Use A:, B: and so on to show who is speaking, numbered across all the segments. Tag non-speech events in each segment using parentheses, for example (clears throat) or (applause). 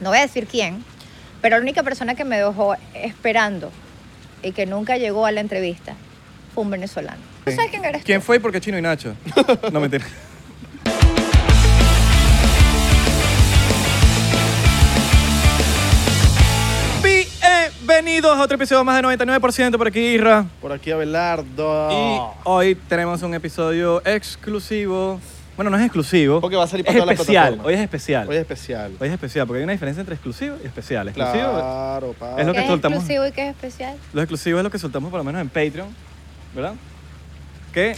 A: no voy a decir quién, pero la única persona que me dejó esperando y que nunca llegó a la entrevista fue un venezolano. ¿Tú sabes quién eres tú?
B: ¿Quién fue y por qué Chino y Nacho?
C: (laughs)
B: No mentira. Bienvenidos a otro episodio más de 99% por aquí, Irra.
C: Por aquí Abelardo.
B: Y hoy tenemos un episodio exclusivo. Bueno, no es exclusivo.
C: Porque va a salir
B: es
C: para todas las
B: especial.
C: plataformas.
B: Hoy es especial.
C: Hoy es especial.
B: Hoy es especial, porque hay una diferencia entre exclusivo y especial. Exclusivo,
C: Claro, pa.
B: Es lo
A: ¿Qué
B: que
A: es
B: soltamos.
A: exclusivo y qué es especial?
B: Los exclusivos es lo que soltamos por lo menos en Patreon, ¿verdad? Que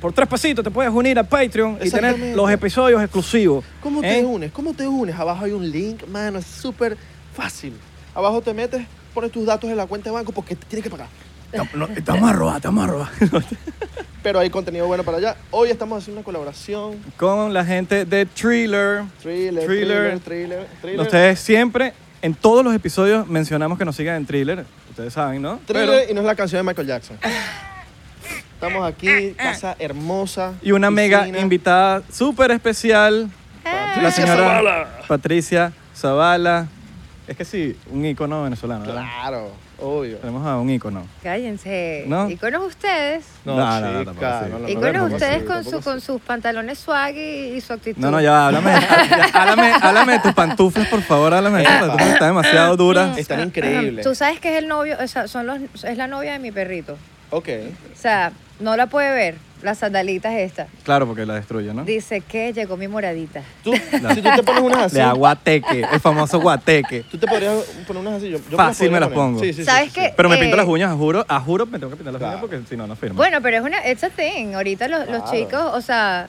B: por tres pasitos te puedes unir a Patreon y tener
C: Exactamente.
B: los episodios exclusivos.
C: ¿Cómo
B: ¿eh?
C: te unes? ¿Cómo te unes? Abajo hay un link, mano. Es súper fácil. Abajo te metes, pones tus datos en la cuenta de banco porque te tienes que pagar.
B: Estamos- no, Estamos a robar, estamos a robar. (laughs)
C: Pero hay contenido bueno para allá. Hoy estamos haciendo una colaboración.
B: Con la gente de Thriller.
C: Thriller,
B: Thriller.
C: thriller, thriller, thriller.
B: Ustedes siempre, en todos los episodios, mencionamos que nos sigan en Thriller. Ustedes saben, ¿no?
C: Thriller
B: Pero-
C: y no es la canción de Michael Jackson. Estamos aquí, casa hermosa.
B: y una mega
C: piscina.
B: invitada súper especial.
A: Ah,
B: la
C: Patricia
B: señora
C: Zavala.
B: Patricia Zavala. Es que sí, un ícono venezolano. ¿verdad?
C: Claro, obvio.
B: Tenemos a un ícono.
A: Cállense.
B: ¿No?
A: Y con ustedes.
C: No, chica,
B: tampoco así.
C: no, no,
A: Y
C: no,
A: con
C: tampoco
A: ustedes
C: así,
A: con, su,
C: tampoco
A: con sus pantalones swag y, y su actitud.
B: No, no, ya va, háblame, ya, háblame, háblame de tus pantuflas, por favor, háblame de tus
C: Epa.
B: pantuflas, están demasiado duras.
C: Están increíbles.
A: Tú sabes que es el novio, o sea, son los, es la novia de mi perrito.
C: Ok.
A: O sea, no la puede ver, las sandalitas estas.
B: Claro, porque la destruye, ¿no?
A: Dice que llegó mi moradita.
C: Tú, si tú te pones unas así,
B: De aguateque, el famoso guateque.
C: tú te podrías poner unas así. Yo, yo
B: Fácil me
C: podría
B: las
C: poner.
B: pongo.
C: Sí, sí, sí,
A: ¿Sabes
C: sí,
A: qué?
C: sí.
B: Pero me
A: Eh,
B: pinto las uñas, a juro, a juro me tengo que pintar las uñas
C: Claro.
B: porque si no, no firmo.
A: Bueno, pero es una, it's a thing. Ahorita los, los
C: Claro.
A: chicos, o sea,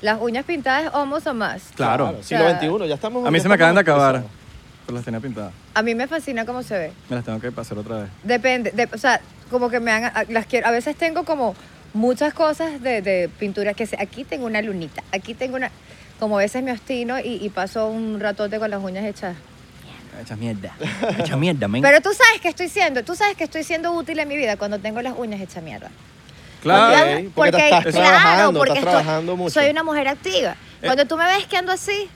A: las uñas pintadas almost o más.
B: Claro.
C: Siglo
A: O sea,
C: XXI, ya estamos.
B: A mí
C: ya
B: se me acaban de
C: estamos
B: acabar,
C: actualizados.
B: pero las tenía pintadas.
A: A mí me fascina cómo se ve.
B: Me las tengo que pasar otra vez.
A: Depende, de- o sea, como que me han, a- las quiero, a veces tengo como muchas cosas de, de pintura que se, aquí tengo una lunita, aquí tengo una, como a veces me obstino y, y paso un ratote con las uñas hechas.
B: Hecha mierda,
A: (laughs)
B: hecha mierda, men.
A: Pero tú sabes que estoy siendo, tú sabes que estoy siendo útil en mi vida cuando tengo las uñas hechas mierda.
B: Claro,
C: Ok. porque te estás
A: claro,
C: trabajando,
A: porque
C: estás
A: estoy-
C: trabajando mucho.
A: Soy una mujer activa.
B: Eh,
A: Cuando tú me ves que ando así,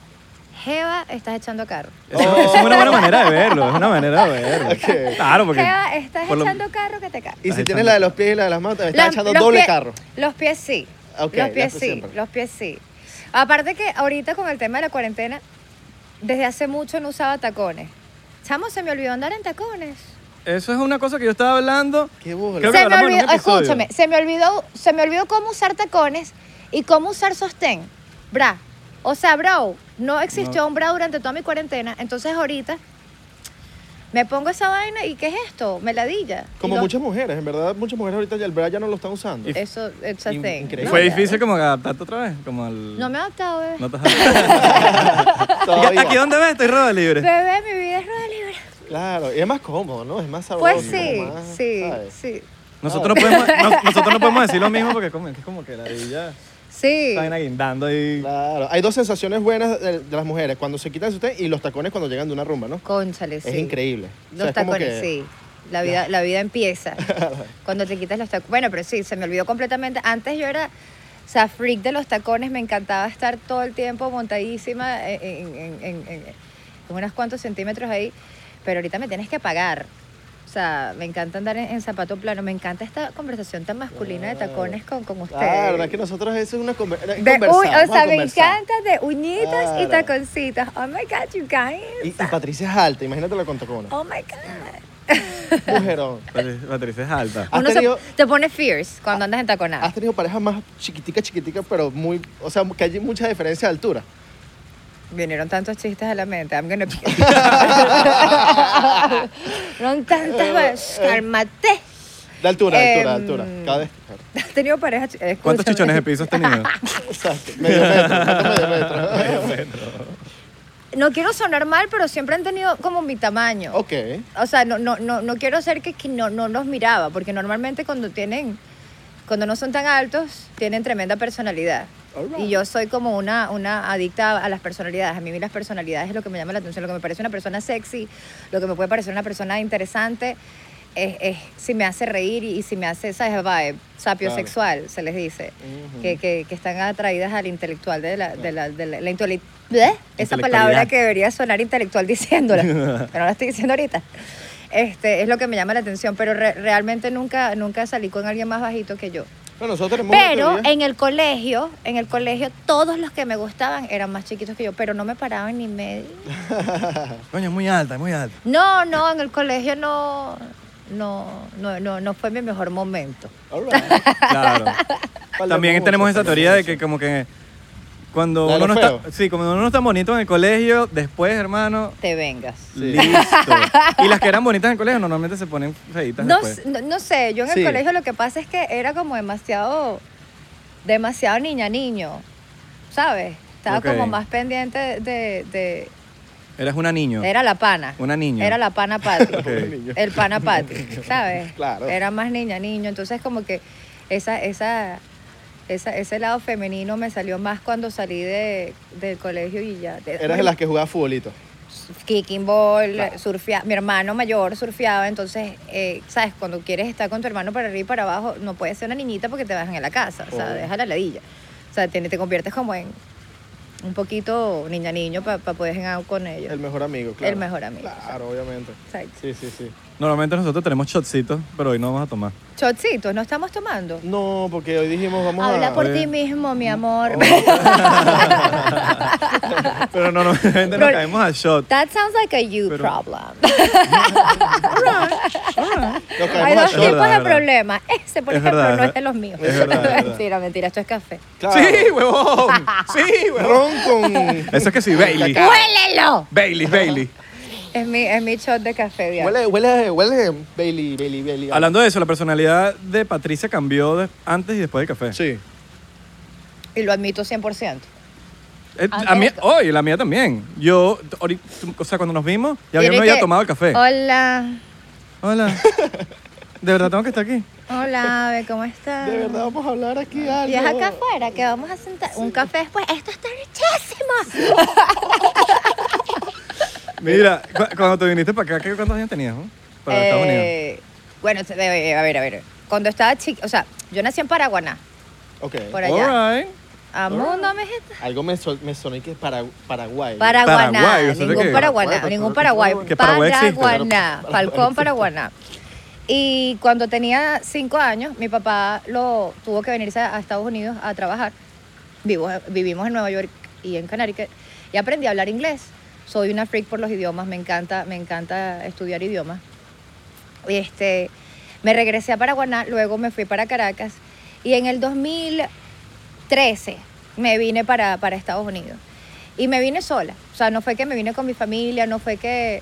A: Jeva, estás echando carro.
B: eso, eso es una buena manera de verlo, es una manera de verlo.
C: Ok.
B: Claro, porque...
A: Jeva, estás
B: por lo-
A: echando carro que te cae.
C: Y
B: Estás
C: si tienes la de los pies y la de las manos, te
A: La-
C: estás echando
A: los
C: doble
A: pie-
C: carro.
A: Los pies sí.
C: Ok,
A: los pies
C: las de
A: sí,
C: siempre.
A: los pies sí. Aparte que ahorita con el tema de la cuarentena, desde hace mucho no usaba tacones. Chamo, se me olvidó andar en tacones.
B: Eso es una cosa que yo estaba hablando.
C: Qué bola.
B: Creo que
A: se
B: lo
A: me
B: hablamos en un
A: olvidó,
B: episodio.
A: escúchame, se me olvidó, se me olvidó cómo usar tacones y cómo usar sostén. Bra. O sea, bro, no existió
B: No.
A: un bra durante toda mi cuarentena, entonces ahorita me pongo esa vaina y ¿qué es esto? Meladilla.
C: Como
A: Y los-
C: muchas mujeres, en verdad, muchas mujeres ahorita ya el bra ya no lo están usando.
B: Y-
A: Eso, it's a
C: In-
A: thing.
C: increíble.
A: No,
B: Fue
A: ya,
B: difícil como adaptarte otra vez, como al...
A: No me he adaptado, eh. bebé.
B: No te has
A: (laughs)
B: adaptado.
C: Todavía.
B: ¿Aquí dónde ves? Estoy roda libre.
A: Bebé, mi vida es rueda libre.
C: Claro, y es más cómodo, ¿no? Es más sabroso.
A: Pues sí,
C: como más,
A: sí,
C: ¿sabes?
A: sí.
B: Nosotros no, podemos, no- nosotros no podemos decir lo mismo porque es como, es como que la villa
A: Sí.
B: está guindando ahí.
C: Claro. Hay dos sensaciones buenas de, de las mujeres, cuando se quitan usted y los tacones cuando llegan de una rumba, ¿no?
A: Cónchale, sí.
C: Es increíble. O sea,
A: Los
C: es como
A: tacones,
C: que-
A: sí. La vida, la vida
C: (laughs)
A: empieza cuando te quitas los tacones. Bueno, pero sí, se me olvidó completamente. Antes yo era, o sea, freak de los tacones. Me encantaba estar todo el tiempo montadísima en, en- en- en- en- en unos cuantos centímetros ahí. Pero ahorita me tienes que pagar. O sea, me encanta andar en, en zapato plano. Me encanta esta conversación tan masculina de tacones con, con ustedes.
C: Claro, Ah, la verdad es que nosotros eso es una eh, conversación.
A: De uy, o sea, me encanta de uñitas y
C: Claro.
A: taconcitos. Oh my God, you guys.
C: Y, y Patricia es alta, imagínatela con tacones.
A: Oh my God.
C: Mujerón.
B: Patric- Pues, Patricia es alta.
C: ¿Has
A: Uno se-
C: tenido-
A: te pone fierce cuando andas en taconada.
C: Has tenido parejas más chiquiticas, chiquiticas, pero muy. O sea, que hay mucha diferencia de altura.
A: Vinieron tantos chistes a la mente. I'm (laughs) gonna... Fueron tantas... Cálmate.
C: De altura, de altura, de
A: Em,
C: altura. Cada vez.
A: Has tenido parejas... ch- eh,
B: ¿Cuántos
A: escúchame.
B: chichones de piso has tenido?
C: Exacto. Medio metro, falta medio metro.
A: No quiero sonar mal, pero siempre han tenido como mi tamaño.
C: ok.
A: O sea, no, no, no, no quiero ser que, que no, no los miraba, porque normalmente cuando tienen... Cuando no son tan altos, tienen tremenda personalidad.
C: Alright.
A: Y yo soy como una, una adicta a las personalidades. A mí las personalidades es lo que me llama la atención, lo que me parece una persona sexy, lo que me puede parecer una persona interesante, es, es si me hace reír y, y si me hace, ¿sabes? Vibe, sapiosexual, se les dice, que, que- que están atraídas al intelectual, de la, ¿eh? de la, de la- la intele- Bleh, Esa palabra
D: Intelectualidad.
A: que debería sonar intelectual (laughs) diciéndola, pero no la estoy diciendo ahorita. Este, es lo que me llama la atención, pero re- realmente nunca, nunca salí con alguien más bajito que yo.
C: Bueno, nosotros tenemos una
A: Pero
C: teoría.
A: en el colegio, en el colegio, todos los que me gustaban eran más chiquitos que yo, pero no me paraban ni medio.
D: Coño, es muy alta, es muy alta.
A: No, no, en el colegio no, no, no, no, no fue mi mejor momento.
C: All
A: (laughs)
C: right.
B: Claro.
C: Vale,
B: También
C: mucho,
B: tenemos esa
C: vale
B: teoría de
C: mucho.
B: que como que cuando
C: La de
B: uno no
C: lo
B: está,
C: feo.
B: sí, cuando uno no está bonito en el colegio, después, hermano,
A: Te vengas. (laughs)
B: listo. Y las que eran bonitas en el colegio normalmente se ponen feitas
A: No,
B: después.
A: s- no, no sé, yo en el
C: Sí.
A: colegio lo que pasa es que era como demasiado, demasiado niña niño, ¿sabes? Estaba
B: Ok.
A: como más pendiente de, de-
B: Eras una niño.
A: era la pana.
B: Una niña.
A: Era la pana Patty. (laughs)
B: Ok.
A: El pana Patty, ¿sabes?
C: Claro.
A: Era más niña niño, entonces como que esa, esa, esa- ese lado femenino me salió más cuando salí de, del colegio y ya. De-
C: Eras de las que jugaba futbolito.
A: kicking ball,
C: Claro.
A: surfea- Mi hermano mayor surfeaba, entonces, eh, ¿sabes? Cuando quieres estar con tu hermano para arriba y para abajo, no puedes ser una niñita porque te bajan en la casa, o sea,
C: Obvio.
A: deja la ladilla. O sea, tiene- te conviertes como en un poquito niña niño para poder hang out con ellos.
C: El mejor amigo, claro.
A: El mejor amigo,
C: Claro, obviamente.
A: Exacto.
C: Sí, sí, sí.
B: Normalmente nosotros tenemos shotcitos, pero hoy no vamos a tomar.
A: Chotcitos, no estamos tomando.
C: No, porque hoy dijimos vamos
A: Habla
C: a...
A: por ti mismo, mi amor.
B: Pero no, (laughs) normalmente nos
A: Pero-
B: caemos a shot.
A: (laughs) That sounds like a you
B: Pero-
A: problem. (laughs)
C: Nos
A: Hay
C: caemos a
A: dos tipos
B: shot. Verdad,
A: de
B: verdad.
A: problemas. Ese, por
B: Es
A: ejemplo,
B: verdad,
A: no es
B: es
A: de los míos.
B: es verdad, es verdad.
A: (laughs) mentira, mentira, esto es café.
C: Claro.
B: Sí, huevón. Sí, huevón.
C: Ron
B: (laughs)
C: con...
B: Eso es que sí, Bailey.
C: Cacao.
A: ¡Huélelo!
B: Bailey, Bailey.
A: Es mi, es mi shot de café, Diana.
C: Huele, huele, huele Bailey, Bailey, Bailey.
B: Hablando de eso, la personalidad de Patricia cambió de- antes y después del café.
C: Sí.
A: Y lo admito 100%.
B: Eh, a
A: Antes
B: mí,
A: del café.
B: hoy, la mía también. Yo, t- ahorita, o sea, cuando nos vimos, ya yo
A: Tiene
B: me había
A: que-
B: tomado el café.
A: Hola, (laughs)
B: Hola. De verdad tengo que estar aquí.
A: hola, Ave, ¿cómo estás?
C: De verdad vamos a hablar aquí algo.
A: Y es acá afuera que vamos a sentar un café después. Esto está richísimo.
B: Mira, cu- cuando te viniste para acá, ¿qué- ¿cuántos años tenías? no? Para Estados Unidos.
A: Eh, bueno, se- eh, a ver, a ver. Cuando estaba chica, o sea, yo nací en Paraguaná.
C: Ok.
A: por allá.
B: All right. Ah.
A: A mundo, mi gente.
C: Algo me, so- me sonó que es para, Paraguay.
A: Paraguaná,
B: Paraguay, o sea,
A: ningún
B: que-
A: Paraguaná,
C: Paraguay,
A: ningún
C: Paraguay,
A: Paraguay,
B: que Paraguay existe,
A: Paraguaná, Falcón Paraguaná. Y cuando tenía cinco años, mi papá lo tuvo que venirse a Estados Unidos a trabajar. Vivo- vivimos en Nueva York y en Connecticut y aprendí a hablar inglés. Soy una freak por los idiomas, me encanta, me encanta estudiar idiomas. Este, me regresé a Paraguaná, luego me fui para Caracas y en el 2013 me vine para, para Estados Unidos. Y me vine sola. O sea, no fue que me vine con mi familia, no fue que...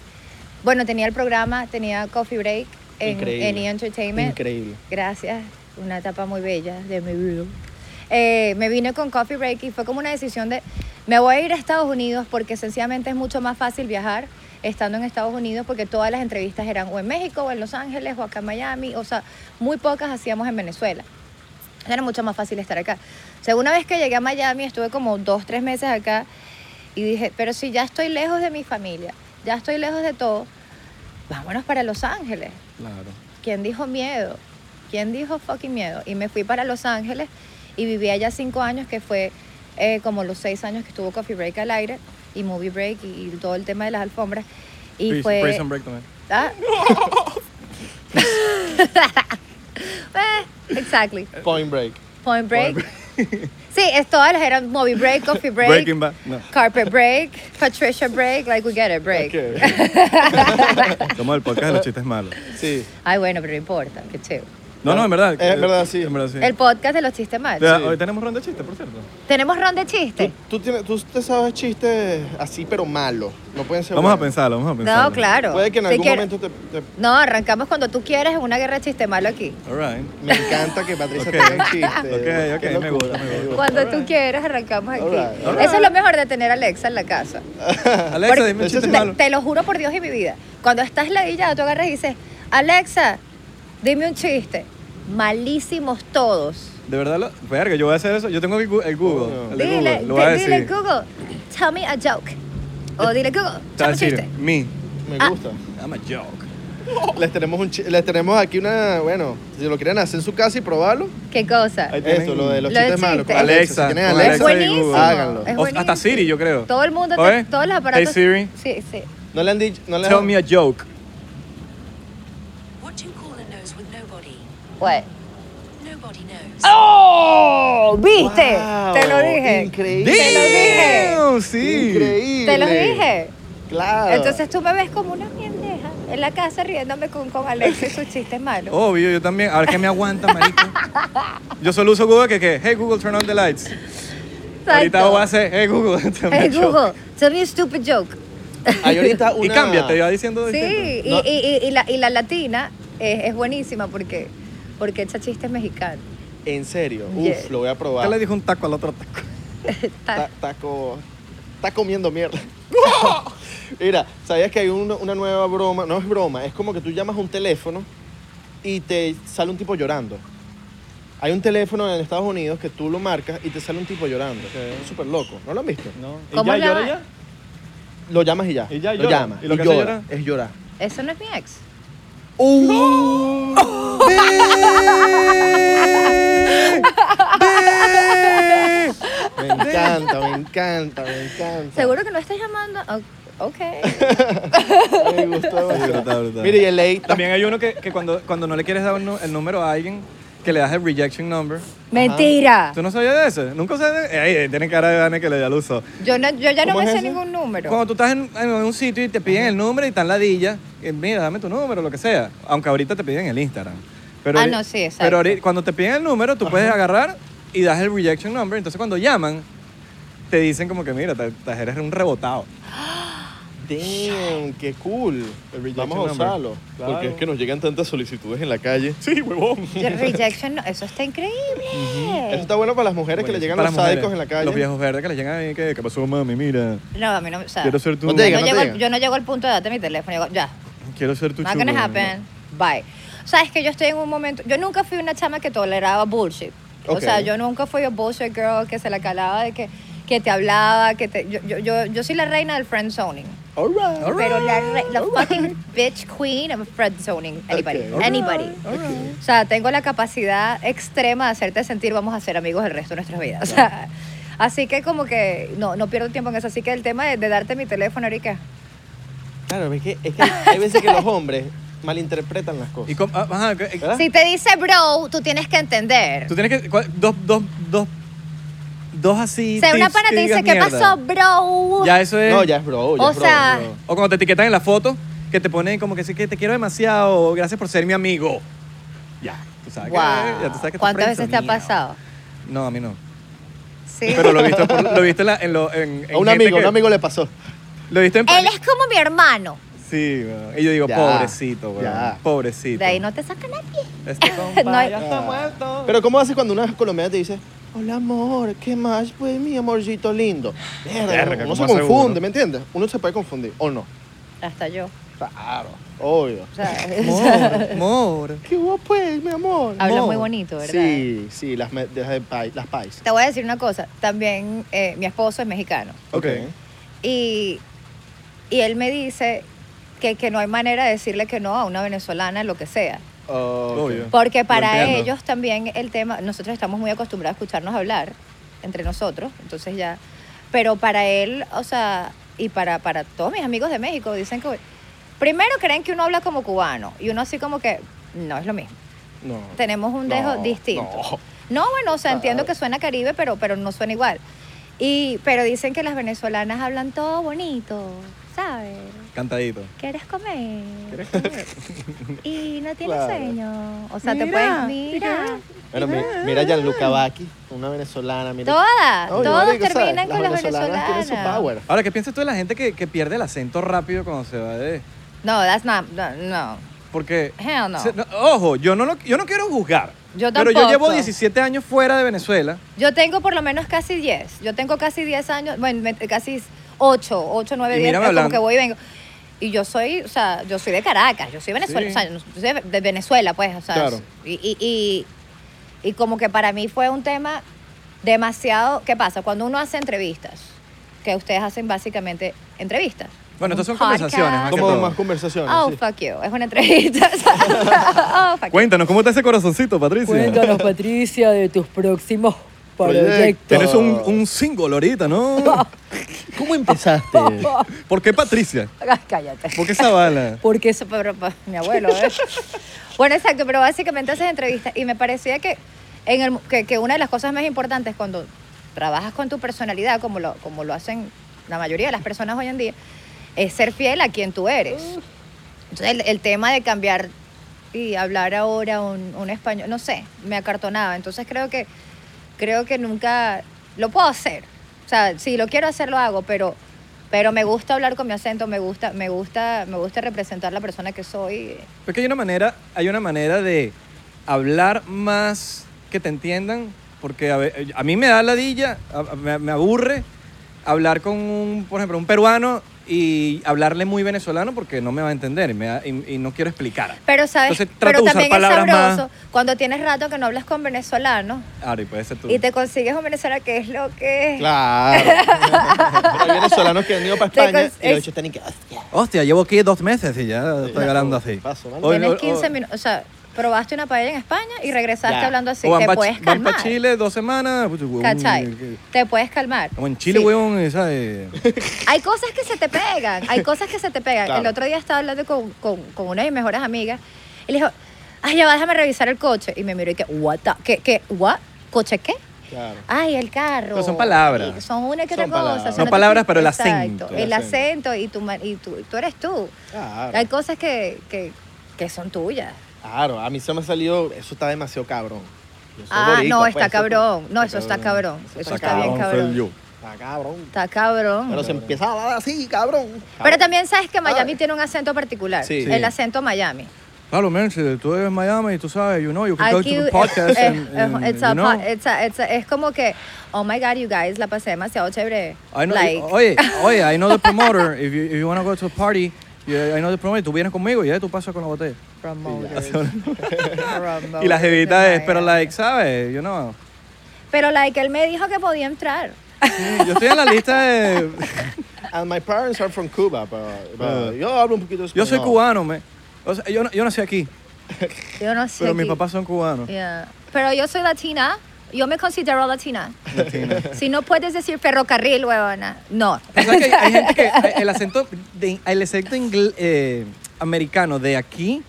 A: Bueno, tenía el programa, tenía Coffee Break en,
C: Increíble.
A: en E! Entertainment.
C: Increíble.
A: Gracias, una etapa muy bella de mi vida. Eh, me vine con Coffee Break y fue como una decisión de, me voy a ir a Estados Unidos porque sencillamente es mucho más fácil viajar estando en Estados Unidos porque todas las entrevistas eran o en México o en Los Ángeles o acá en Miami, o sea, muy pocas hacíamos en Venezuela. Era mucho más fácil estar acá. O sea, una vez que llegué a Miami, estuve como dos, tres meses acá y dije, pero si ya estoy lejos de mi familia, ya estoy lejos de todo, vámonos para Los Ángeles.
B: Claro.
A: ¿Quién dijo miedo? ¿Quién dijo fucking miedo? Y me fui para Los Ángeles y viví allá cinco años, que fue eh, como los seis años que estuvo Coffee Break al aire y Movie Break y, y todo el tema de las alfombras. Y
B: Prison-
A: fue.
B: Prison Break también. (laughs)
A: Ah. Eh, exactly.
C: Point Break.
A: Point Break. sí, es todas las eran Movie Break, Coffee Break.
B: Breaking Bad. No.
A: Carpet break, Patricia break, like we get it break. (laughs)
C: Ok.
B: Como el podcast de los chistes malos.
C: Sí.
A: Ay, bueno, pero no importa, qué chévere.
B: No, no, Eh, en verdad.
C: Es verdad, sí.
B: En verdad, sí.
A: El podcast de los chistes malos.
B: Ya, Hoy tenemos ronda de chistes, por cierto.
A: Tenemos ronda de chistes.
C: Tú, tú tienes, tú te sabes chistes así, pero malos. No pueden ser
B: Vamos a
C: buenos.
B: pensarlo, vamos a pensarlo.
A: No, claro.
C: Puede que en
A: Si
C: algún
A: quiere-
C: momento te, te-
A: No, arrancamos cuando tú quieras en una guerra de chiste malo aquí.
B: All right.
C: Me encanta que Patricia
B: Ok.
C: tenga un chiste.
B: Ok,
C: Qué
B: ok, me
C: locura.
B: gusta, me gusta.
A: Cuando tú quieras, arrancamos aquí.
C: Alright,
B: alright.
A: Eso es lo mejor de tener a Alexa en la casa.
B: Alexa,
A: Porque-
B: dime un
A: te,
B: chiste malo.
A: te lo juro por Dios y mi vida. Cuando estás ladillado, tú agarras y dices, Alexa, dime un chiste. Malísimos todos.
B: De verdad, lo, verga, yo voy a hacer eso. Yo tengo el Gu- el Google.
C: Coño.
B: el de
A: Dile,
B: Google, lo voy a
A: di-
B: decir.
A: dile Google, tell me a joke. O dile Google,
B: Te
A: tell
B: voy a
A: me un
B: decir,
A: chiste.
B: me,
C: Me gusta.
B: I'm a joke.
A: Ah.
C: Les tenemos, un, chi- les tenemos aquí una, bueno, si lo quieren hacer en su casa y probarlo,
A: ¿Qué cosa?
B: Ahí tienen-
C: eso, lo de los
A: Lo de
C: chistes malos. con
A: chistes.
B: Alexa,
C: Si tienen
B: con
A: Es
C: Alexa,
B: Alexa y Google.
A: buenísimo.
C: Háganlo.
A: es
B: O- hasta
A: buenísimo.
B: Siri, yo creo.
A: Todo el mundo, te-
B: Oye,
A: todos los aparatos.
B: Hey Siri,
A: Sí, sí.
C: No le han dicho, no le
B: tell
C: han...
B: me a joke.
E: What you call a nose with nobody.
A: What?
E: Nobody knows.
F: Ah,
A: ¡Oh! ¿Viste?
C: Wow,
A: Te lo dije.
C: Increíble.
A: Te lo dije.
B: Damn, sí.
C: Increíble. Ah.
A: Te lo dije.
C: Claro.
A: Entonces tú me ves como una mierdeja en la casa riéndome con, con Alex y sus chistes malos.
B: Obvio, yo también. A ver qué me aguanta, marico. Yo solo uso Google que, que hey Google, turn on the lights.
A: Exacto.
B: Ahorita voy a hacer hey Google. (laughs) turn
A: Hey
B: the show.
A: Google, tell me a stupid joke.
C: Hay
A: (laughs)
C: ahorita una...
B: Y cambia, te iba diciendo. distinto.
A: Sí, y,
C: No.
A: y, y- y la, y la latina es, es buenísima porque, porque echa chistes (laughs) mexicanos.
C: En serio.
A: Yeah.
C: Uf, lo voy a
B: Ya le
C: probar.
B: dijo un taco al otro taco.
A: Ta-
B: Ah.
C: Ta- taco... Está comiendo
B: (laughs)
C: mierda. Mira, ¿sabías que hay un- una nueva broma? No es broma, es como que tú llamas a un teléfono y te sale un tipo llorando. Hay un teléfono en Estados Unidos que tú lo marcas y te sale un tipo llorando.
B: Ok.
C: Es súper loco. ¿No lo han visto?
B: No. ¿Y
A: ¿Cómo
B: ya
A: la-
B: llora ya?
C: Lo llamas y ya.
B: Y ya
C: lo
B: llora.
C: llamas.
B: ¿Y
C: ¿Y,
B: lo que hace
C: llora?
B: llorar? (laughs)
C: Es llorar.
A: Eso no es mi ex.
D: ¡Oh!
B: ¡Oh!
C: Me encanta, me encanta, me encanta.
A: Seguro que no estás llamando. O- Ok.
C: Me
B: (laughs)
C: gustó.
D: brutal, brutal.
C: Mire, y el ley
B: También hay uno que, que cuando, cuando no le quieres dar un nu- el número a alguien, que le das el rejection number.
A: Mentira.
B: ¿Tú no sabías de eso? ¿Nunca sabías de Ey, tiene cara de Dani que le da el uso.
A: Yo, no, yo ya no
C: ¿Cómo
A: me
C: es
A: sé
C: eso?
A: ningún número.
B: Cuando tú estás en, en un sitio y te piden el número y están ladillas, eh, mira, dame tu número, lo que sea. Aunque ahorita te piden el Instagram. Pero,
A: Ah,
B: ahori-
A: no, sí, exacto.
B: Pero ahori- cuando te piden el número, tú puedes agarrar y das el rejection number. Entonces cuando llaman, te dicen como que, mira, te, te- eres un rebotado.
C: Damn, qué cool. Vamos a
B: number.
C: usarlo.
B: Claro.
C: Porque es que nos llegan tantas solicitudes en la calle.
B: Sí, huevón.
A: Rejection, no, eso está
C: Eso
A: increíble.
C: está bueno para las mujeres que le llegan los sádicos en la calle.
B: Los viejos verdes que le llegan ahí, que, ¿qué pasó, mami? Mira,
A: No, a mí no. O sea,
B: quiero ser tu...
C: No te
A: yo, no
C: digan, no
A: llego,
C: te
A: al-
C: digan.
A: yo no llego al punto de darte mi teléfono. Yo digo, ya.
B: Quiero ser tu
A: Not
B: chulo.
A: gonna happen. Bye. Sabes que yo estoy en un momento. Yo nunca fui una chama que toleraba bullshit. O
C: Ok.
A: sea, yo nunca fui a bullshit girl que se la calaba de que, que te hablaba, que te. Yo, yo, yo, yo soy la reina del friend zoning.
C: All right.
A: Pero la, (laughs) re- la fucking bitch queen of friend zoning. Anybody.
C: Ok.
A: Anybody. O sea, tengo la capacidad extrema de hacerte sentir vamos a ser amigos el resto de nuestras vidas. O sea, así que como que no, no pierdo tiempo en eso. Así que el tema de, de darte mi teléfono, Erika.
C: Claro, es que, es que hay veces que los hombres malinterpretan las cosas.
B: Y com- ah, ajá, que-
C: ¿Verdad?
A: Si te dice bro, tú tienes que entender.
B: Tú tienes que. cua- Dos, dos, dos. Dos así.
A: O sea, una
B: tips
A: pana
B: que
A: te dice,
B: digas
A: ¿qué
B: mierda".
A: pasó, bro?
B: Ya eso es.
C: No, ya es bro, ya
A: O
C: es bro,
A: sea-
C: bro.
B: O cuando te etiquetan en la foto, que te ponen como que sí que te quiero demasiado, o gracias por ser mi amigo. Ya. Tú sabes que-
A: Wow.
B: ya tú sabes que te
A: ¿Cuántas veces te ha
B: friendzoneado.
A: pasado?
B: No, a mí no.
A: Sí.
B: Pero lo he visto, por- lo he visto en, la- en lo- en- en
C: A un
B: gente
C: amigo,
B: que-
C: un amigo le pasó.
B: Lo he visto en.
A: Él es como mi hermano.
B: Sí, weón. Y yo digo,
C: Ya.
B: pobrecito, weón.
C: Ya.
B: Pobrecito.
A: De ahí no te saca nadie.
B: Este
A: (laughs)
B: compa
A: No hay-
B: ya está muerto.
C: Pero ¿cómo haces cuando una colombiana te dice, hola amor, ¿qué más? Pues mi amorcito lindo. Verga,
B: Verga,
C: uno
B: ¿cómo
C: se
B: hace
C: confunde,
B: uno?
C: ¿me entiendes? Uno se puede confundir, o no.
A: Hasta yo.
C: Claro, obvio.
A: (laughs) O sea,
B: Mor, mor.
C: ¿Qué vos pues, mi amor?
A: habla
B: no.
A: muy bonito, ¿verdad?
C: Sí, sí, las, me- de- de pai- las pais.
A: Te voy a decir una cosa. También eh, mi esposo es mexicano.
B: Ok.
A: Y, y él me dice que, que no hay manera de decirle que no a una venezolana, lo que sea.
C: Obvio.
B: Obvio.
A: Porque para
B: entiendo.
A: ellos también el tema, nosotros estamos muy acostumbrados a escucharnos hablar entre nosotros, entonces ya, pero para él, o sea, y para, para todos mis amigos de México, dicen que primero creen que uno habla como cubano y uno así como que no es lo mismo,
C: No.
A: tenemos un dejo
C: No,
A: distinto.
C: no.
A: No, bueno, o sea, entiendo
C: Claro.
A: que suena caribe, pero, pero no suena igual. Y, pero dicen que las venezolanas hablan todo bonito, ¿sabes?
B: Cantadito.
A: ¿Quieres comer? (laughs) y no tienes
C: Claro.
A: sueño. O sea, te puedes mira.
C: Bueno, mi- mira a Gianluca Vacchi, una venezolana, mira.
A: Todas,
C: Oye,
A: todas
C: marico, ¿sabes?
A: terminan con las
C: tienen
A: venezolanas.
C: su power.
B: Ahora, ¿qué piensas tú de la gente que, que pierde el acento rápido cuando se va de.?
A: No, that's not, no, no.
B: Porque.
A: Hell no.
B: se- ojo, yo no, lo- yo no quiero juzgar.
A: Yo
B: Pero yo llevo
A: tampoco.
B: 17 años fuera de Venezuela.
A: Yo tengo por lo menos casi 10. Yo tengo casi 10 años, bueno, me- casi 8, 8, 9,
B: Y
A: 10,
B: mírame
A: es como
B: hablando.
A: que voy y vengo. Y yo soy, o sea, yo soy de Caracas, yo soy Venezuela,
B: Sí.
A: o sea, yo soy de- de Venezuela, pues, o sea,
C: Claro.
A: y, y, y, y como que para mí fue un tema demasiado, ¿qué pasa? Cuando uno hace entrevistas, que ustedes hacen básicamente entrevistas,
B: Bueno, estas son
A: podcast.
B: conversaciones. Más que
C: Como
B: todo.
C: más conversaciones.
A: Oh,
C: sí.
A: fuck you. Es una entrevista. (laughs) oh, fuck you.
B: Cuéntanos, ¿cómo está ese corazoncito, Patricia?
F: Cuéntanos, Patricia, de tus próximos
C: Proyectos.
F: proyectos.
B: Tienes un, un single ahorita, (laughs) ¿no?
C: ¿Cómo
A: (laughs)
C: empezaste?
B: ¿Por qué Patricia?
A: Ay, cállate.
B: ¿Por qué Zavala?
F: Porque es
A: Eso fue por- por mi abuelo, ¿eh? (laughs) bueno, exacto, pero básicamente haces entrevistas y me parecía que, en el, que, que una de las cosas más importantes cuando trabajas con tu personalidad, como lo, como lo hacen la mayoría de las personas hoy en día, es ser fiel a quien tú eres. Entonces, el, el tema de cambiar y hablar ahora un, un español, no sé, me acartonaba. Entonces, creo que, creo que nunca lo puedo hacer. O sea, si lo quiero hacer, lo hago, pero, pero me gusta hablar con mi acento, me gusta, me gusta, me gusta representar la persona que soy.
B: (laughs) Porque hay una manera, hay una manera de hablar más que te entiendan, porque a, ve- a mí me da ladilla, a- a- me, me aburre hablar con, un, por ejemplo, un peruano y hablarle muy venezolano porque no me va a entender y, me da- y- y no quiero explicar.
A: Pero sabes,
B: Entonces, trato
A: pero
B: de usar
A: también es
B: palabras más-
A: sabroso cuando tienes rato que no hablas con venezolanos
B: Ari, puede ser tú.
A: y te consigues un venezolano que es lo que es.
C: Claro. Hay venezolanos que han ido para
A: Te
C: España
A: cons-
C: y los
A: es-
C: hechos están en que. "Hostia".
D: Hostia, llevo aquí dos meses y ya estoy ganando así.
C: Paso, ¿vale?
B: Hoy
A: Tienes
B: no-
A: 15
B: hoy-
A: minutos, o sea, probaste una paella en España y regresaste
C: Ya.
A: hablando así.
B: O van
A: te
B: pa-
A: puedes
B: van
A: calmar.
B: para Chile dos semanas. puto, huevón,
A: ¿Cachai?
B: que-
A: Te puedes calmar.
B: Como en Chile,
A: Sí.
B: huevón, esa, eh,
A: Hay cosas que se te pegan, hay cosas que se te pegan.
C: Claro.
A: El otro día estaba hablando con, con, con una de mis mejores amigas y le dijo, ay, ya va, déjame revisar el coche. Y me miró y que, what the, que, que, what, coche qué?
C: Claro.
A: Ay, el carro.
B: Pero son palabras.
A: Y son una que
C: Son
A: otra cosa.
C: palabras.
A: o sea,
B: Son
A: no te-
B: palabras, pero el
A: Exacto,
B: acento.
A: El acento y tu, ma- y tu- tú eres tú.
C: Claro.
A: Hay cosas que, que, que son tuyas.
C: Claro, a mí se me ha salido, eso está demasiado cabrón. Yo soy
A: Ah,
C: boricua,
A: no,
C: pues,
A: está
C: eso-
A: cabrón. No, eso está cabrón. Eso está bien
B: soy
A: cabrón.
B: yo.
C: Está cabrón.
A: Está cabrón.
C: Pero se empieza a hablar así, cabrón.
A: Pero también sabes que Miami
C: Ah.
A: tiene un acento particular.
C: Sí.
A: El acento Miami.
B: Claro, man, si tú eres Miami, tú sabes, you know, you can go
A: Aquí
B: to the
A: es-
B: podcast
A: es-
B: and, and,
A: es- it's
B: you
A: a
B: know.
A: po- it's a- it's a- es como que, oh my God, you guys, la pasé demasiado chévere.
B: I know,
A: Like,
B: oye, oye, I know the promoter. if you, if you want to go to a party, you, I know the promoter. Tú vienes conmigo y ya tú pasas con la botella.
A: promoters.
B: Y la
A: Promoters
B: jevita
A: de
B: es, pero
A: Miami.
B: like, ¿sabes? You know.
A: Pero like, él me dijo que podía entrar.
B: Sí, Yo estoy en la lista de...
C: And my parents are from Cuba, but, but yo hablo un poquito
B: Ah. Yo
C: español.
B: soy cubano, me. O sea, yo, no- yo nací aquí,
A: Yo no sé.
B: pero mis
A: aquí.
B: papás son cubanos.
A: Yeah. Pero yo soy latina. Yo me considero latina. (laughs) Si no puedes decir ferrocarril, huevona. No.
B: O sea, que hay gente que hay- el acento, de- el acento ingl- eh, americano de aquí,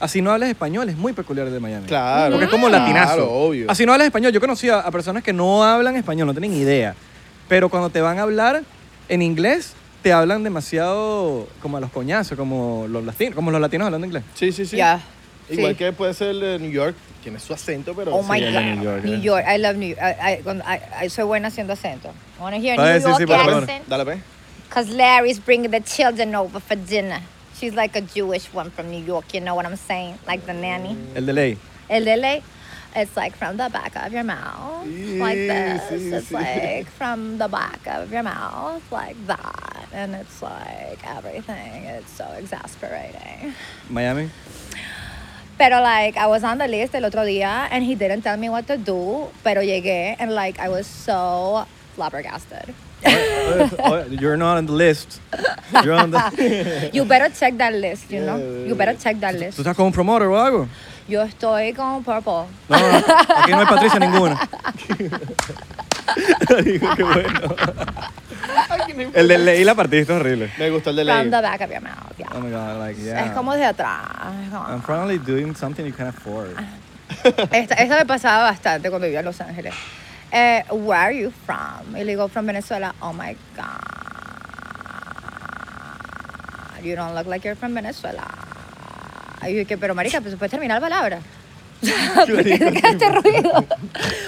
B: así no hablas español, es muy peculiar de Miami.
C: Claro.
B: Porque es como latinazo.
C: Claro, obvio.
B: Así no hablas español. Yo conocí a, a personas que no hablan español, no tienen idea. Pero cuando te van a hablar en inglés, te hablan demasiado como a los coñazos, como los latinos, como los latinos hablando inglés.
C: Sí, sí, sí.
A: Yeah.
C: Igual
A: Sí.
C: que puede ser el de New York, tiene su acento, pero...
A: Oh
C: sí,
A: my
C: el de
A: God.
C: New York.
A: New York. I love New York. I, I, cuando- I- I soy buena haciendo acento. I want to hear a
B: Ah,
A: New
B: sí, sí,
A: York
B: por favor.
A: accent.
C: Dale, pues. ve.
A: Because Larry's bringing the children over for dinner. She's like a Jewish one from New York. You know what I'm saying? Like the nanny.
B: El de ley.
A: El de ley. It's like from the back of your mouth, like
C: Sí,
A: this.
C: sí,
A: it's
C: sí.
A: like from the back of your mouth, like that. And it's like everything. It's so exasperating.
B: Miami.
A: Pero like I was on the list el otro día and he didn't tell me what to do, pero llegué and like I was so flabbergasted.
B: Oye, oye, You're not on the list. You're on the-
A: You better check that list, you know?
C: Yeah.
A: You better check that list.
B: ¿Tú estás con un promoter o algo?
A: Yo estoy con Purple.
B: No, no, aquí no hay Patricia (laughs) ninguna. El de ley la partiste horrible.
C: Me gustó el de
A: From
C: Ley.
A: the back of your mouth, yeah.
B: Oh my god, like,
A: Es
B: yeah.
A: como de atrás. es como-
B: I'm finally doing something you can afford.
A: Esta, esta me pasaba bastante cuando vivía en Los Ángeles. Eh, where are you from? Y le digo, from Venezuela. Oh my God. You don't look like you're from Venezuela. Y yo, que, pero marica, pues puedes terminar la palabra. (laughs) ¿Por qué te quedas este ruido?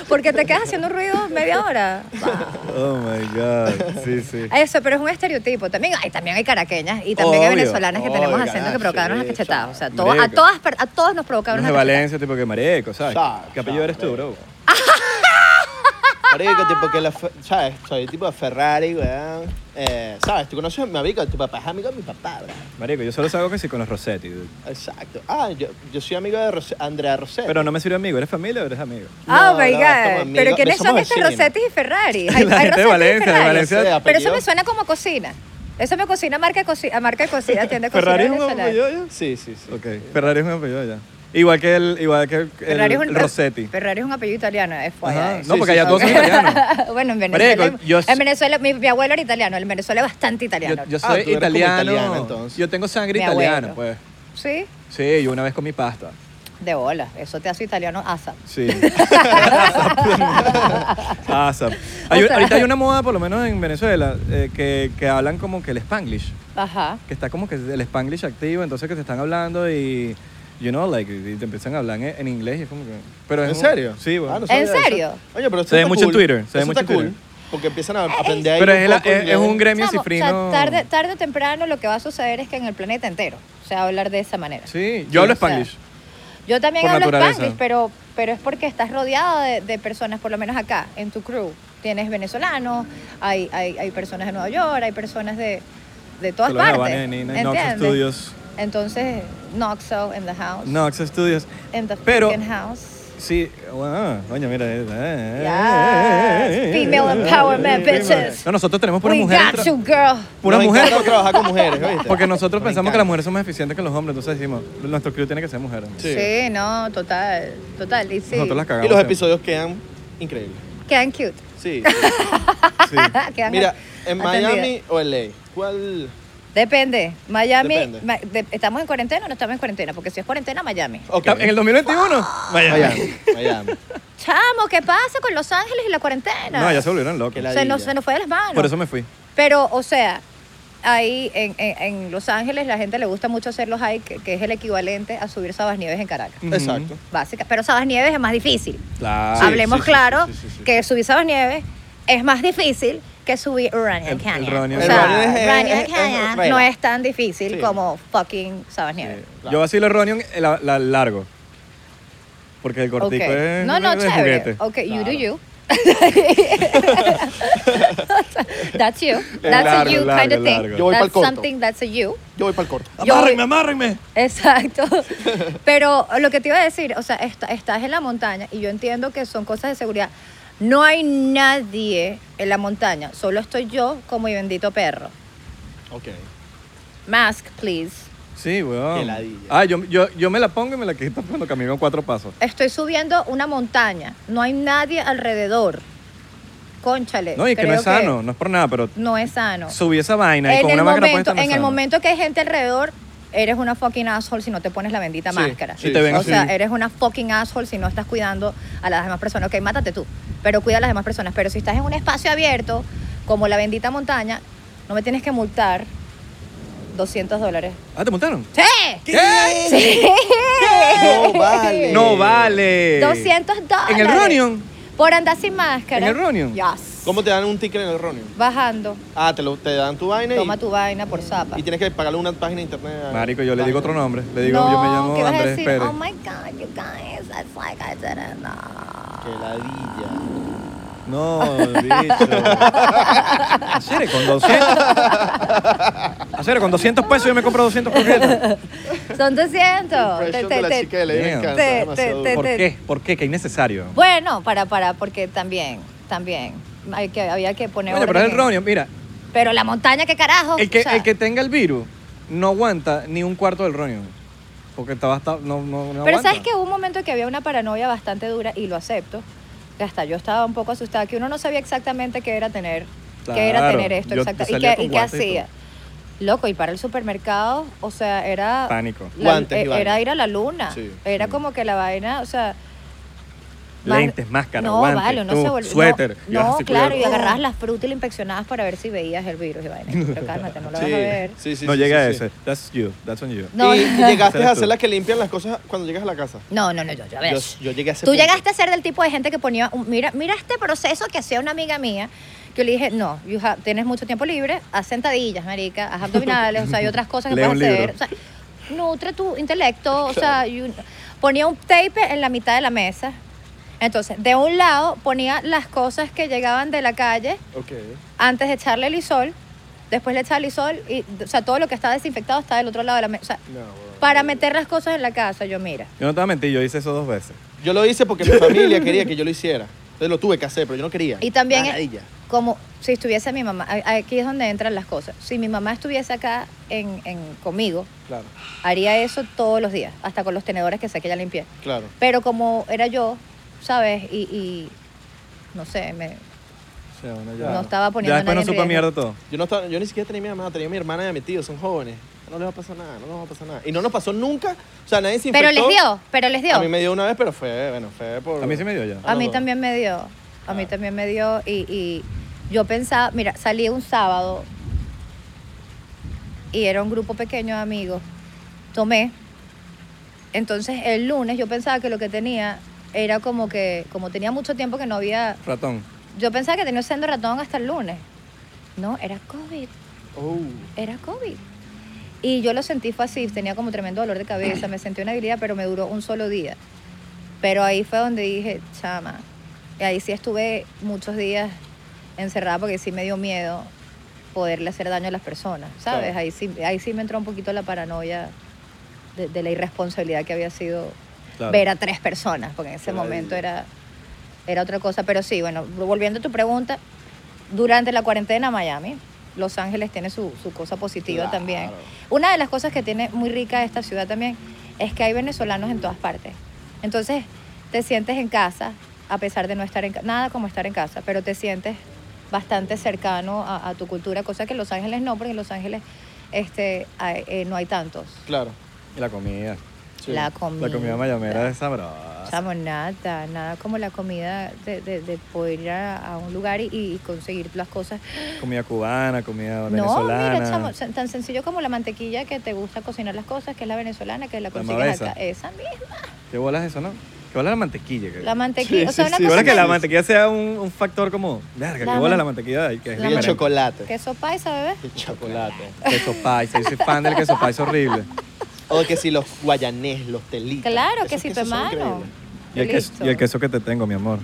A: Porque te quedas haciendo ruido media hora.
B: (laughs) Oh my god. Sí, sí.
A: Eso, pero es un estereotipo. También hay, también hay caraqueñas y también hay
B: Obvio.
A: venezolanas que tenemos
C: Oiga,
A: acentos que provocan unas
C: sí,
A: cachetadas. O sea,
B: sí.
A: todo- a,
B: Marica.
A: todas, per- a todos nos provocaron
B: Unos
A: una
B: de
A: cachetada.
B: Valencia, tipo que mareco, ¿sabes?
C: Sa-
B: ¿Qué apellido
C: sa-
B: eres tú, bro?
C: Marico, tipo que la... fe- ¿Sabes? Soy tipo de Ferrari, weón. Eh, ¿Sabes? ¿Tú conoces a mi amigo? Tu papá es amigo de mi papá, weón.
B: Marico, yo solo salgo que sí con los Rossetti. dude.
C: Exacto. Ah, yo, yo soy amigo de Ros- Andrea Rossetti.
B: Pero no me sirve amigo, ¿eres familia o eres amigo?
A: Oh
C: No,
A: my
C: no, somos
A: God.
C: amigos.
A: Pero ¿quiénes
C: Somos
A: son estos
C: vecinos.
A: Rossetti y Ferrari?
B: (laughs) La gente de
A: Rossetti y
B: Valencia, de
A: Ferrari.
B: Valencia.
A: Pero eso
C: Apellido.
A: me suena como cocina. Eso me cocina marca de cocina, marca de cocina, tiende a cocinar
B: Ferrari es un
A: venezolana.
B: apellido ya.
C: Sí, sí, sí.
B: Ok, Ferrari es un apellido allá. Igual que el, igual que el,
A: Ferrari
B: el-
A: es un
B: el Rossetti.
A: Ferrari es un apellido italiano, es
B: Ajá.
A: fuera.
B: No, porque allá todos son
A: Ok.
B: italianos.
A: (laughs) bueno, en Venezuela.
B: Marico, yo-
A: en Venezuela, mi, mi abuelo era italiano, en Venezuela es bastante
B: Yo,
A: italiano.
B: yo
C: Ah, tú
B: soy
C: eres como
B: italiano.
C: italiana, entonces.
B: yo tengo sangre
A: Mi
B: italiana,
A: abuelo.
B: pues.
A: Sí,
B: Sí, yo una vez comí pasta.
A: de bola. Eso te hace italiano asa. (laughs)
B: Sí. Asap. Hay-
A: O sea-
B: ahorita hay una moda, por lo menos en Venezuela, eh, que, que hablan como que el spanglish.
A: Ajá.
B: Que está como que el spanglish activo, entonces que te están hablando y. You know, like, y te empiezan a hablar en, en inglés y es como que. Pero es
C: ¿En
B: un-
C: serio?
B: Sí, bueno.
C: Ah, no sabía
A: ¿En
C: eso.
A: serio?
C: Oye, pero
B: Se ve mucho en Twitter, se ve mucho en Twitter.
C: Porque empiezan a aprender ahí
B: Pero
C: un
B: es, la-
C: poco
B: es, es
C: inglés.
B: un gremio
A: Chamo, o sea,
B: cifrino.
A: tarde, tarde o temprano lo que va a suceder es que en el planeta entero se va a hablar de esa manera.
B: Sí,
A: Sí,
B: yo hablo
A: o sea,
B: spanglish.
A: Yo también
B: Por
A: hablo
B: naturaleza.
A: spanglish, pero, pero es porque estás rodeado de, de personas, por lo menos acá, en tu crew. Tienes venezolanos, hay, hay, hay personas de Nueva York, hay personas de, de todas
B: Saludos a
A: partes.
B: Vane, Nina, en Knox
A: ¿entiendes?
B: Studios.
A: Entonces, Knoxo in the house.
B: Knox Studios.
A: In the
B: Pero-
A: freaking house.
B: Sí, bueno, coño, mira. eh, eh,
A: Yes,
B: eh,
A: female
B: eh,
A: empowerment,
B: female.
A: bitches.
B: No, nosotros tenemos puras
A: We
B: mujeres.
A: got
B: tra-
A: you, girl.
B: Puras
C: Nos
B: mujeres.
C: encanta trabajar con mujeres, ¿oíste?
B: Porque nosotros
C: Nos
B: pensamos que
C: encanta.
B: las mujeres son más eficientes que los hombres, entonces decimos, nuestro crew tiene que ser mujeres.
C: Sí.
A: Sí, no, total, total. Y sí,
B: Nosotros las cagamos.
C: Y los
B: siempre.
C: episodios quedan increíbles.
A: quedan cute.
C: Sí.
A: (laughs) Quedan
C: Mira, en
A: atendidas.
C: Miami o LA, ¿cuál?
A: Depende. Miami,
C: Depende.
A: ma- de- ¿estamos en cuarentena o no estamos en cuarentena? Porque si es cuarentena, Miami.
C: Ok.
B: ¿En el 2021? Vaya.
C: Miami, Miami.
A: Chamo, ¿qué pasa con Los Ángeles y la cuarentena?
B: No, ya se volvieron locos.
C: Que la-
A: se, nos,
C: ladilla.
A: se nos fue de las manos.
B: Por eso me fui.
A: Pero, o sea, ahí en, en- en Los Ángeles la gente le gusta mucho hacer los hike, que es el equivalente a subir Sabas Nieves en Caracas.
B: Ujú.
C: Exacto.
A: Básica. Pero Sabas Nieves es más difícil.
B: Claro.
C: Sí,
A: Hablemos
C: sí, sí,
A: claro
C: sí, sí, sí, sí.
A: que subir Sabas Nieves es más difícil que subir Runyon
B: El- el
A: Canyon.
B: Runyon.
A: o
B: El
A: sea,
C: Runyon es-
A: Runyon
C: es- es-
A: Canyon
C: es-
A: no es tan difícil
C: Sí.
A: como fucking Sabas Nieves.
B: Yo vacilo Ronion el, la- largo. Porque el cortico
A: Ok.
B: es
A: No, no,
B: de
A: chévere.
B: juguete.
A: Ok, you do you. (laughs) that's you. That's
B: Largo,
A: a you
B: largo,
A: kind of thing.
B: largo.
C: Yo voy pa'l
A: that's
C: corto.
A: something that's a you.
C: Yo voy para el corto.
A: Yo-
B: ¡Amárrenme, amárrenme!
A: Exacto. Pero lo que te iba a decir, o sea, esta- estás en la montaña y yo entiendo que son cosas de seguridad. No hay nadie en la montaña, solo estoy yo como mi bendito perro.
C: Ok.
A: Mask, please.
B: Sí, weón.
C: Qué ladilla.
B: Ah, yo, yo, yo me la pongo y me la quito cuando camino cuatro pasos.
A: Estoy subiendo una montaña, no hay nadie alrededor. Conchale.
B: No, y que no
A: Eh, creo
B: es sano, no es por nada, pero
A: No es sano.
B: subí esa vaina y
A: en
B: con
A: el
B: una máquina puesta
A: momento,
B: no es
A: en el
B: sano.
A: momento que hay gente alrededor, eres una fucking asshole si no te pones la bendita
C: Sí,
A: máscara.
C: sí,
B: Y te ven
A: o
B: así.
A: sea, eres una fucking asshole si no estás cuidando a las demás personas. Ok, mátate tú, pero cuida a las demás personas. Pero si estás en un espacio abierto, como la bendita montaña, no me tienes que multar 200 dólares.
B: Ah, ¿te montaron?
A: ¡Sí!
B: ¿Qué?
A: ¡Sí!
C: No vale.
B: No vale.
A: 200 dólares.
B: Eh, ¿En el Ronion?
A: Por andar sin máscara.
B: ¿En el Ronion?
A: Yes.
C: ¿Cómo te dan un ticket en el Ronnie?
A: Bajando.
C: Ah, te, lo, te dan tu vaina
A: Toma
C: y,
A: tu vaina por zapa.
C: y tienes que pagarle una página de internet. a-
B: Marico, yo le digo otro nombre. Le digo,
A: no,
B: yo me llamo
A: ¿qué vas a
B: Andrés
A: decir?
B: Pérez.
A: Oh my God, you guys, that's like I didn't know.
C: Qué ladilla.
A: (laughs)
B: No, bicho. Hacer con 200. Hacer con 200 pesos yo me compro 200 croquetas.
A: Son
C: (laughs)
A: 200. Te-
C: Impression
A: te-
C: de la
A: te-
C: chica de la vida me
B: Damn.
C: encanta,
A: Te-
C: demasiado
A: te-
B: ¿Por
A: te-
B: qué? ¿Por qué? Que innecesario.
A: Bueno, para, para, porque también, también. Hay que, había que poner.
B: Bueno, pero es
A: orden
B: el
A: en-
B: Ronion, mira.
A: Pero la montaña, ¿qué carajo?
B: El que,
A: O sea,
B: el que tenga el virus no aguanta ni un cuarto del Ronion. Porque estaba hasta. No, no, no
A: pero
B: aguanta.
A: sabes que hubo un momento que había una paranoia bastante dura y lo acepto. Que hasta yo estaba un poco asustada, que uno no sabía exactamente qué era tener, qué era
B: Claro,
A: tener esto,
B: yo-
A: exacto,
B: yo
A: y
B: salía
A: qué,
B: con
A: y qué
B: guantes y
A: hacía. Loco, y para el supermercado, o sea, era...
B: Pánico.
A: la-
C: Guantes y
A: eh,
C: vaina.
A: era ir a la luna.
C: Sí. Mm.
A: Era como que la vaina, o sea... vas-
B: Lentes, máscara,
A: no,
B: guantes,
A: vale, uno
B: tú,
A: se volvió-
B: suéter, y vas Oh.
A: No, no
B: así
A: claro, y
B: cubierto.
A: agarrabas las frutas y las inspeccionabas para ver si veías el virus. Y vaina.
B: (laughs)
A: Pero cálmate, no lo vas a ver.
C: Sí, sí,
B: no
C: sí,
B: llega
C: sí,
B: a
C: sí.
B: ese. That's you. That's on you.
A: No,
C: y, y llegaste
B: Eres
C: a
B: tú.
C: hacer las que limpian las cosas cuando llegas a la casa.
A: no, no, no, yo, yo, a ver.
C: Yo, yo llegué a hacer.
A: Tú llegaste a ser del tipo de gente que ponía, un- mira, mira este proceso que hacía una amiga mía, que yo le dije, no, you have- tienes mucho tiempo libre, haz sentadillas, marica,
C: (laughs)
A: haz abdominales, o sea, hay otras cosas que
B: Lee
A: puedes
B: un
A: hacer.
B: libro.
A: O sea, nutre tu intelecto, o sea, you- ponía un tape en la mitad de la mesa. Entonces, de un lado ponía las cosas que llegaban de la calle
C: Ok.
A: antes de echarle el isol, después le echaba el isol, y, o sea, todo lo que estaba desinfectado estaba del otro lado de la mesa. O sea,
C: No, bueno.
A: para meter las cosas en la casa, yo mira.
B: Yo no te voy a mentir, yo hice eso dos veces. (laughs)
C: Yo lo hice porque mi familia quería que yo lo hiciera. Entonces lo tuve que hacer, pero yo no quería.
A: Y también,
C: Maravilla.
A: como si estuviese mi mamá. a- Aquí es donde entran las cosas. Si mi mamá estuviese acá en, en- conmigo,
B: Claro.
A: haría eso todos los días, hasta con los tenedores que sé que ya limpié.
C: Claro.
A: Pero como era yo, ¿sabes? Y, y no sé, me,
B: Sí, bueno,
A: No estaba poniendo
B: Ya
A: a
B: después
A: nadie en
B: no supo
A: riesgo.
B: a mierda todo.
C: Yo, no estaba- yo ni siquiera tenía a mi mamá, tenía a mi hermana y a mi tío, son jóvenes. No les va a pasar nada, no nos va a pasar nada. Y no nos pasó nunca, o sea, nadie se infectó.
A: Pero les dio, pero les dio.
C: A mí me dio una vez, pero fue, bueno, fue por...
B: A mí sí me dio ya.
A: A mí
C: no.
A: también me dio. A mí
C: Ah.
A: también me dio. Y, y yo pensaba, mira, salí un sábado y era un grupo pequeño de amigos. Tomé. Entonces el lunes yo pensaba que lo que tenía era como que, como tenía mucho tiempo que no había.
B: Ratón.
A: Yo pensaba que tenía un sendo ratón hasta el lunes. No, era COVID
C: Oh,
A: era COVID. Y yo lo sentí fue así, tenía como tremendo dolor de cabeza, me sentí una debilidad, pero me duró un solo día. Pero ahí fue donde dije, chama, y ahí sí estuve muchos días encerrada porque sí me dio miedo poderle hacer daño a las personas, ¿sabes?
C: Claro.
A: Ahí, sí, ahí sí me entró un poquito la paranoia de, de la irresponsabilidad que había sido
B: Claro.
A: ver a tres personas, porque en ese
C: Qué
A: momento era,
C: maravilla.
A: era otra cosa. Pero sí, bueno, volviendo a tu pregunta, durante la cuarentena Miami, Los Ángeles tiene su, su cosa positiva
C: Claro.
A: también. Una de las cosas que tiene muy rica esta ciudad también es que hay venezolanos en todas partes. Entonces, te sientes en casa, a pesar de no estar en casa, nada como estar en casa, pero te sientes bastante cercano a, a tu cultura, cosa que en Los Ángeles no, porque en Los Ángeles este, hay- eh, no hay tantos.
C: claro.
B: Y la comida.
C: sí.
A: La comida.
B: La comida mayamera es sabrosa.
A: Chamo, nada, nada como la comida de, de, de poder ir a, a un lugar y, y conseguir las cosas.
B: Comida cubana, comida
A: No,
B: venezolana.
A: mira, chamo, se- tan sencillo como la mantequilla que te gusta cocinar las cosas, que es la venezolana, que la consigues
B: mabeza.
A: acá. Esa misma.
B: ¿Qué bolas eso, no? ¿Qué bolas la mantequilla? Que...
A: La mantequilla.
C: Sí,
A: o sea,
C: sí,
A: una
C: sí.
B: ¿Qué
A: cosa
B: bolas que la
A: tan-
B: mantequilla sea un, un factor como... Verga,
A: La
B: ¿qué bolas
A: man-
B: la mantequilla? de ahí, Que es
A: La
C: Y el
A: man-
B: diferente?
C: chocolate.
A: Queso paisa, bebé.
C: El chocolate.
B: Queso paisa. Yo soy fan del queso paisa horrible.
C: O que si los guayanés, los telitos.
A: Claro, que
C: Esos
A: si tu
C: quesos son
A: hermano.
C: increíbles.
B: Y el, queso,
A: Listo.
B: y el queso que te tengo, mi amor.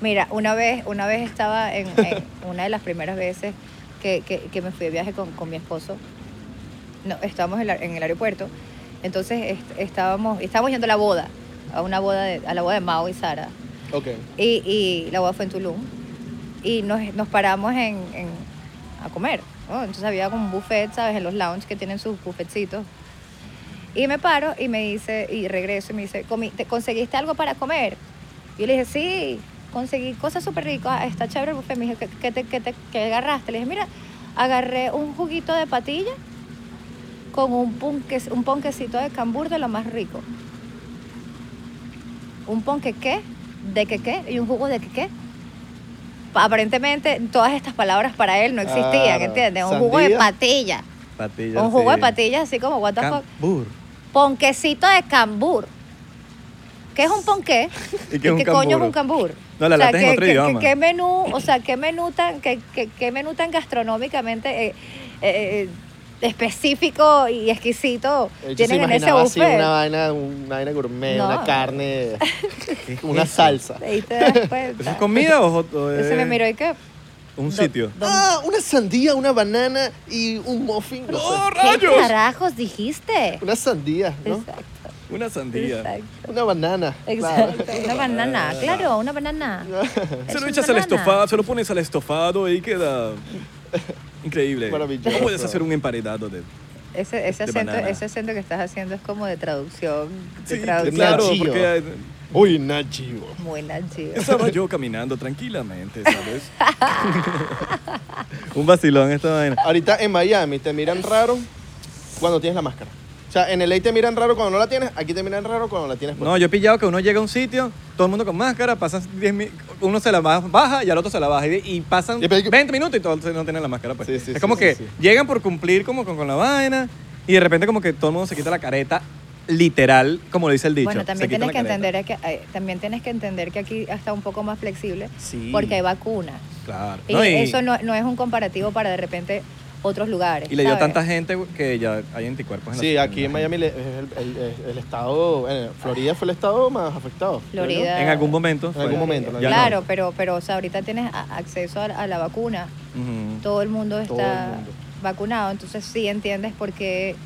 A: Mira, una vez, una vez estaba en, en una de las primeras veces que, que- que me fui de viaje con, con mi esposo. No, estábamos en, la- en el aeropuerto. Entonces est- estábamos, estábamos yendo a la boda, a una boda de- a la boda de Mao y Sara.
C: Ok.
A: Y, y la boda fue en Tulum. Y nos, nos paramos en, en- a comer. ¿no? Entonces había como un buffet, ¿sabes? En los lounge que tienen sus buffetcitos. Y me paro y me dice, y regreso y me dice, "Comi- ¿te conseguiste algo para comer? Y yo le dije, sí, conseguí cosas súper ricas, ah, está chévere el buffet. Me dijo, ¿qué, qué te, qué te- qué agarraste? Le dije, mira, agarré un juguito de patilla con un, ponque- un ponquecito de cambur de lo más rico. Un ponque qué, de que qué y un jugo de que qué. Aparentemente todas estas palabras para él no existían,
C: Claro.
A: ¿entiendes? Un jugo de
C: Sandía.
A: patilla.
B: Patillas.
A: Un jugo de
B: sí.
A: patillas así como what the fuck.
B: Cambur.
A: Ponquecito de cambur. ¿Qué es un ponqué?
B: (laughs) ¿Y qué es un
A: coño es
B: cambur?
A: un cambur?
B: No, la lata es en
A: ¿qué-
B: otro
A: qué,
B: idioma.
A: qué- qué menú, o sea, qué menú tan, qué, qué- qué menú tan gastronómicamente eh, eh, eh, específico y exquisito
C: Eh, Yo se
A: tienen en ese
C: imaginaba así
A: buffet?
C: una vaina, una vaina gourmet,
A: No. (laughs)
C: una carne, una salsa.
A: Ahí (laughs) te das cuenta.
B: ¿Eso es comida o, o
A: Yo se me
B: es
A: miró y qué.
B: un
A: Do-
B: sitio?
A: do-
C: Ah, una sandía, una banana y un muffin. no
B: ¡Oh,
C: sé.
A: ¿Qué carajos dijiste?
C: Una sandía, ¿no?
A: Exacto,
B: Una sandía.
A: exacto.
C: Una banana. claro.
A: Exacto, una
C: (laughs)
A: banana, claro, una banana.
B: Se
A: Es
B: lo
A: una
B: echas al
A: banana.
B: estofado, se lo pones al estofado y
C: (laughs)
B: queda increíble.
C: Maravilloso.
B: ¿Cómo puedes hacer un emparedado de
A: Ese, ese,
B: de
A: acento,
B: banana.
A: ese acento que estás haciendo es como de traducción. De
B: Sí,
A: traducción.
B: claro,
C: Nachillo.
B: porque eh,
C: Uy, Nachivo.
A: Muy nachillo.
B: estaba yo caminando tranquilamente, ¿sabes?
C: (laughs)
B: un vacilón esta vaina.
C: Ahorita en Miami te miran raro cuando tienes la máscara. O sea, en el te miran raro cuando no la tienes, aquí te miran raro cuando la tienes. puesta.
B: No, yo he pillado que uno llega a un sitio, todo el mundo con máscara, pasan 10 mi- uno se la ba- baja y al otro se la baja y, y pasan
C: Y pero-
B: 20 minutos y todos no tienen la máscara. Pues.
C: Sí, sí,
B: es
C: sí,
B: como
C: sí,
B: que
C: sí.
B: llegan por cumplir como con, con la vaina y de repente como que todo el mundo se quita la careta literal, como lo dice el dicho.
A: Bueno, también
B: se quita
A: tienes que
B: la careta.
A: entender que eh, también tienes que entender que aquí está un poco más flexible
B: Sí.
A: porque hay vacunas.
B: Claro.
A: Y,
B: No, y-
A: eso no, no es un comparativo para de repente otros lugares.
B: Y le dio a
A: ¿sabes?
B: tanta gente güey, que ya hay anticuerpos. la-
C: Sí, aquí
B: la gente.
C: en Miami le- es el, el- el- el estado, eh, Florida fue el estado más afectado. creo yo.
A: Florida.
B: En algún momento.
C: En
B: fue.
C: algún momento,
B: Ya
A: claro,
B: no.
A: pero, pero o sea, ahorita tienes a- acceso a, a la vacuna.
B: Ujú.
A: Todo el mundo está
C: Todo el mundo.
A: vacunado, entonces sí entiendes por qué,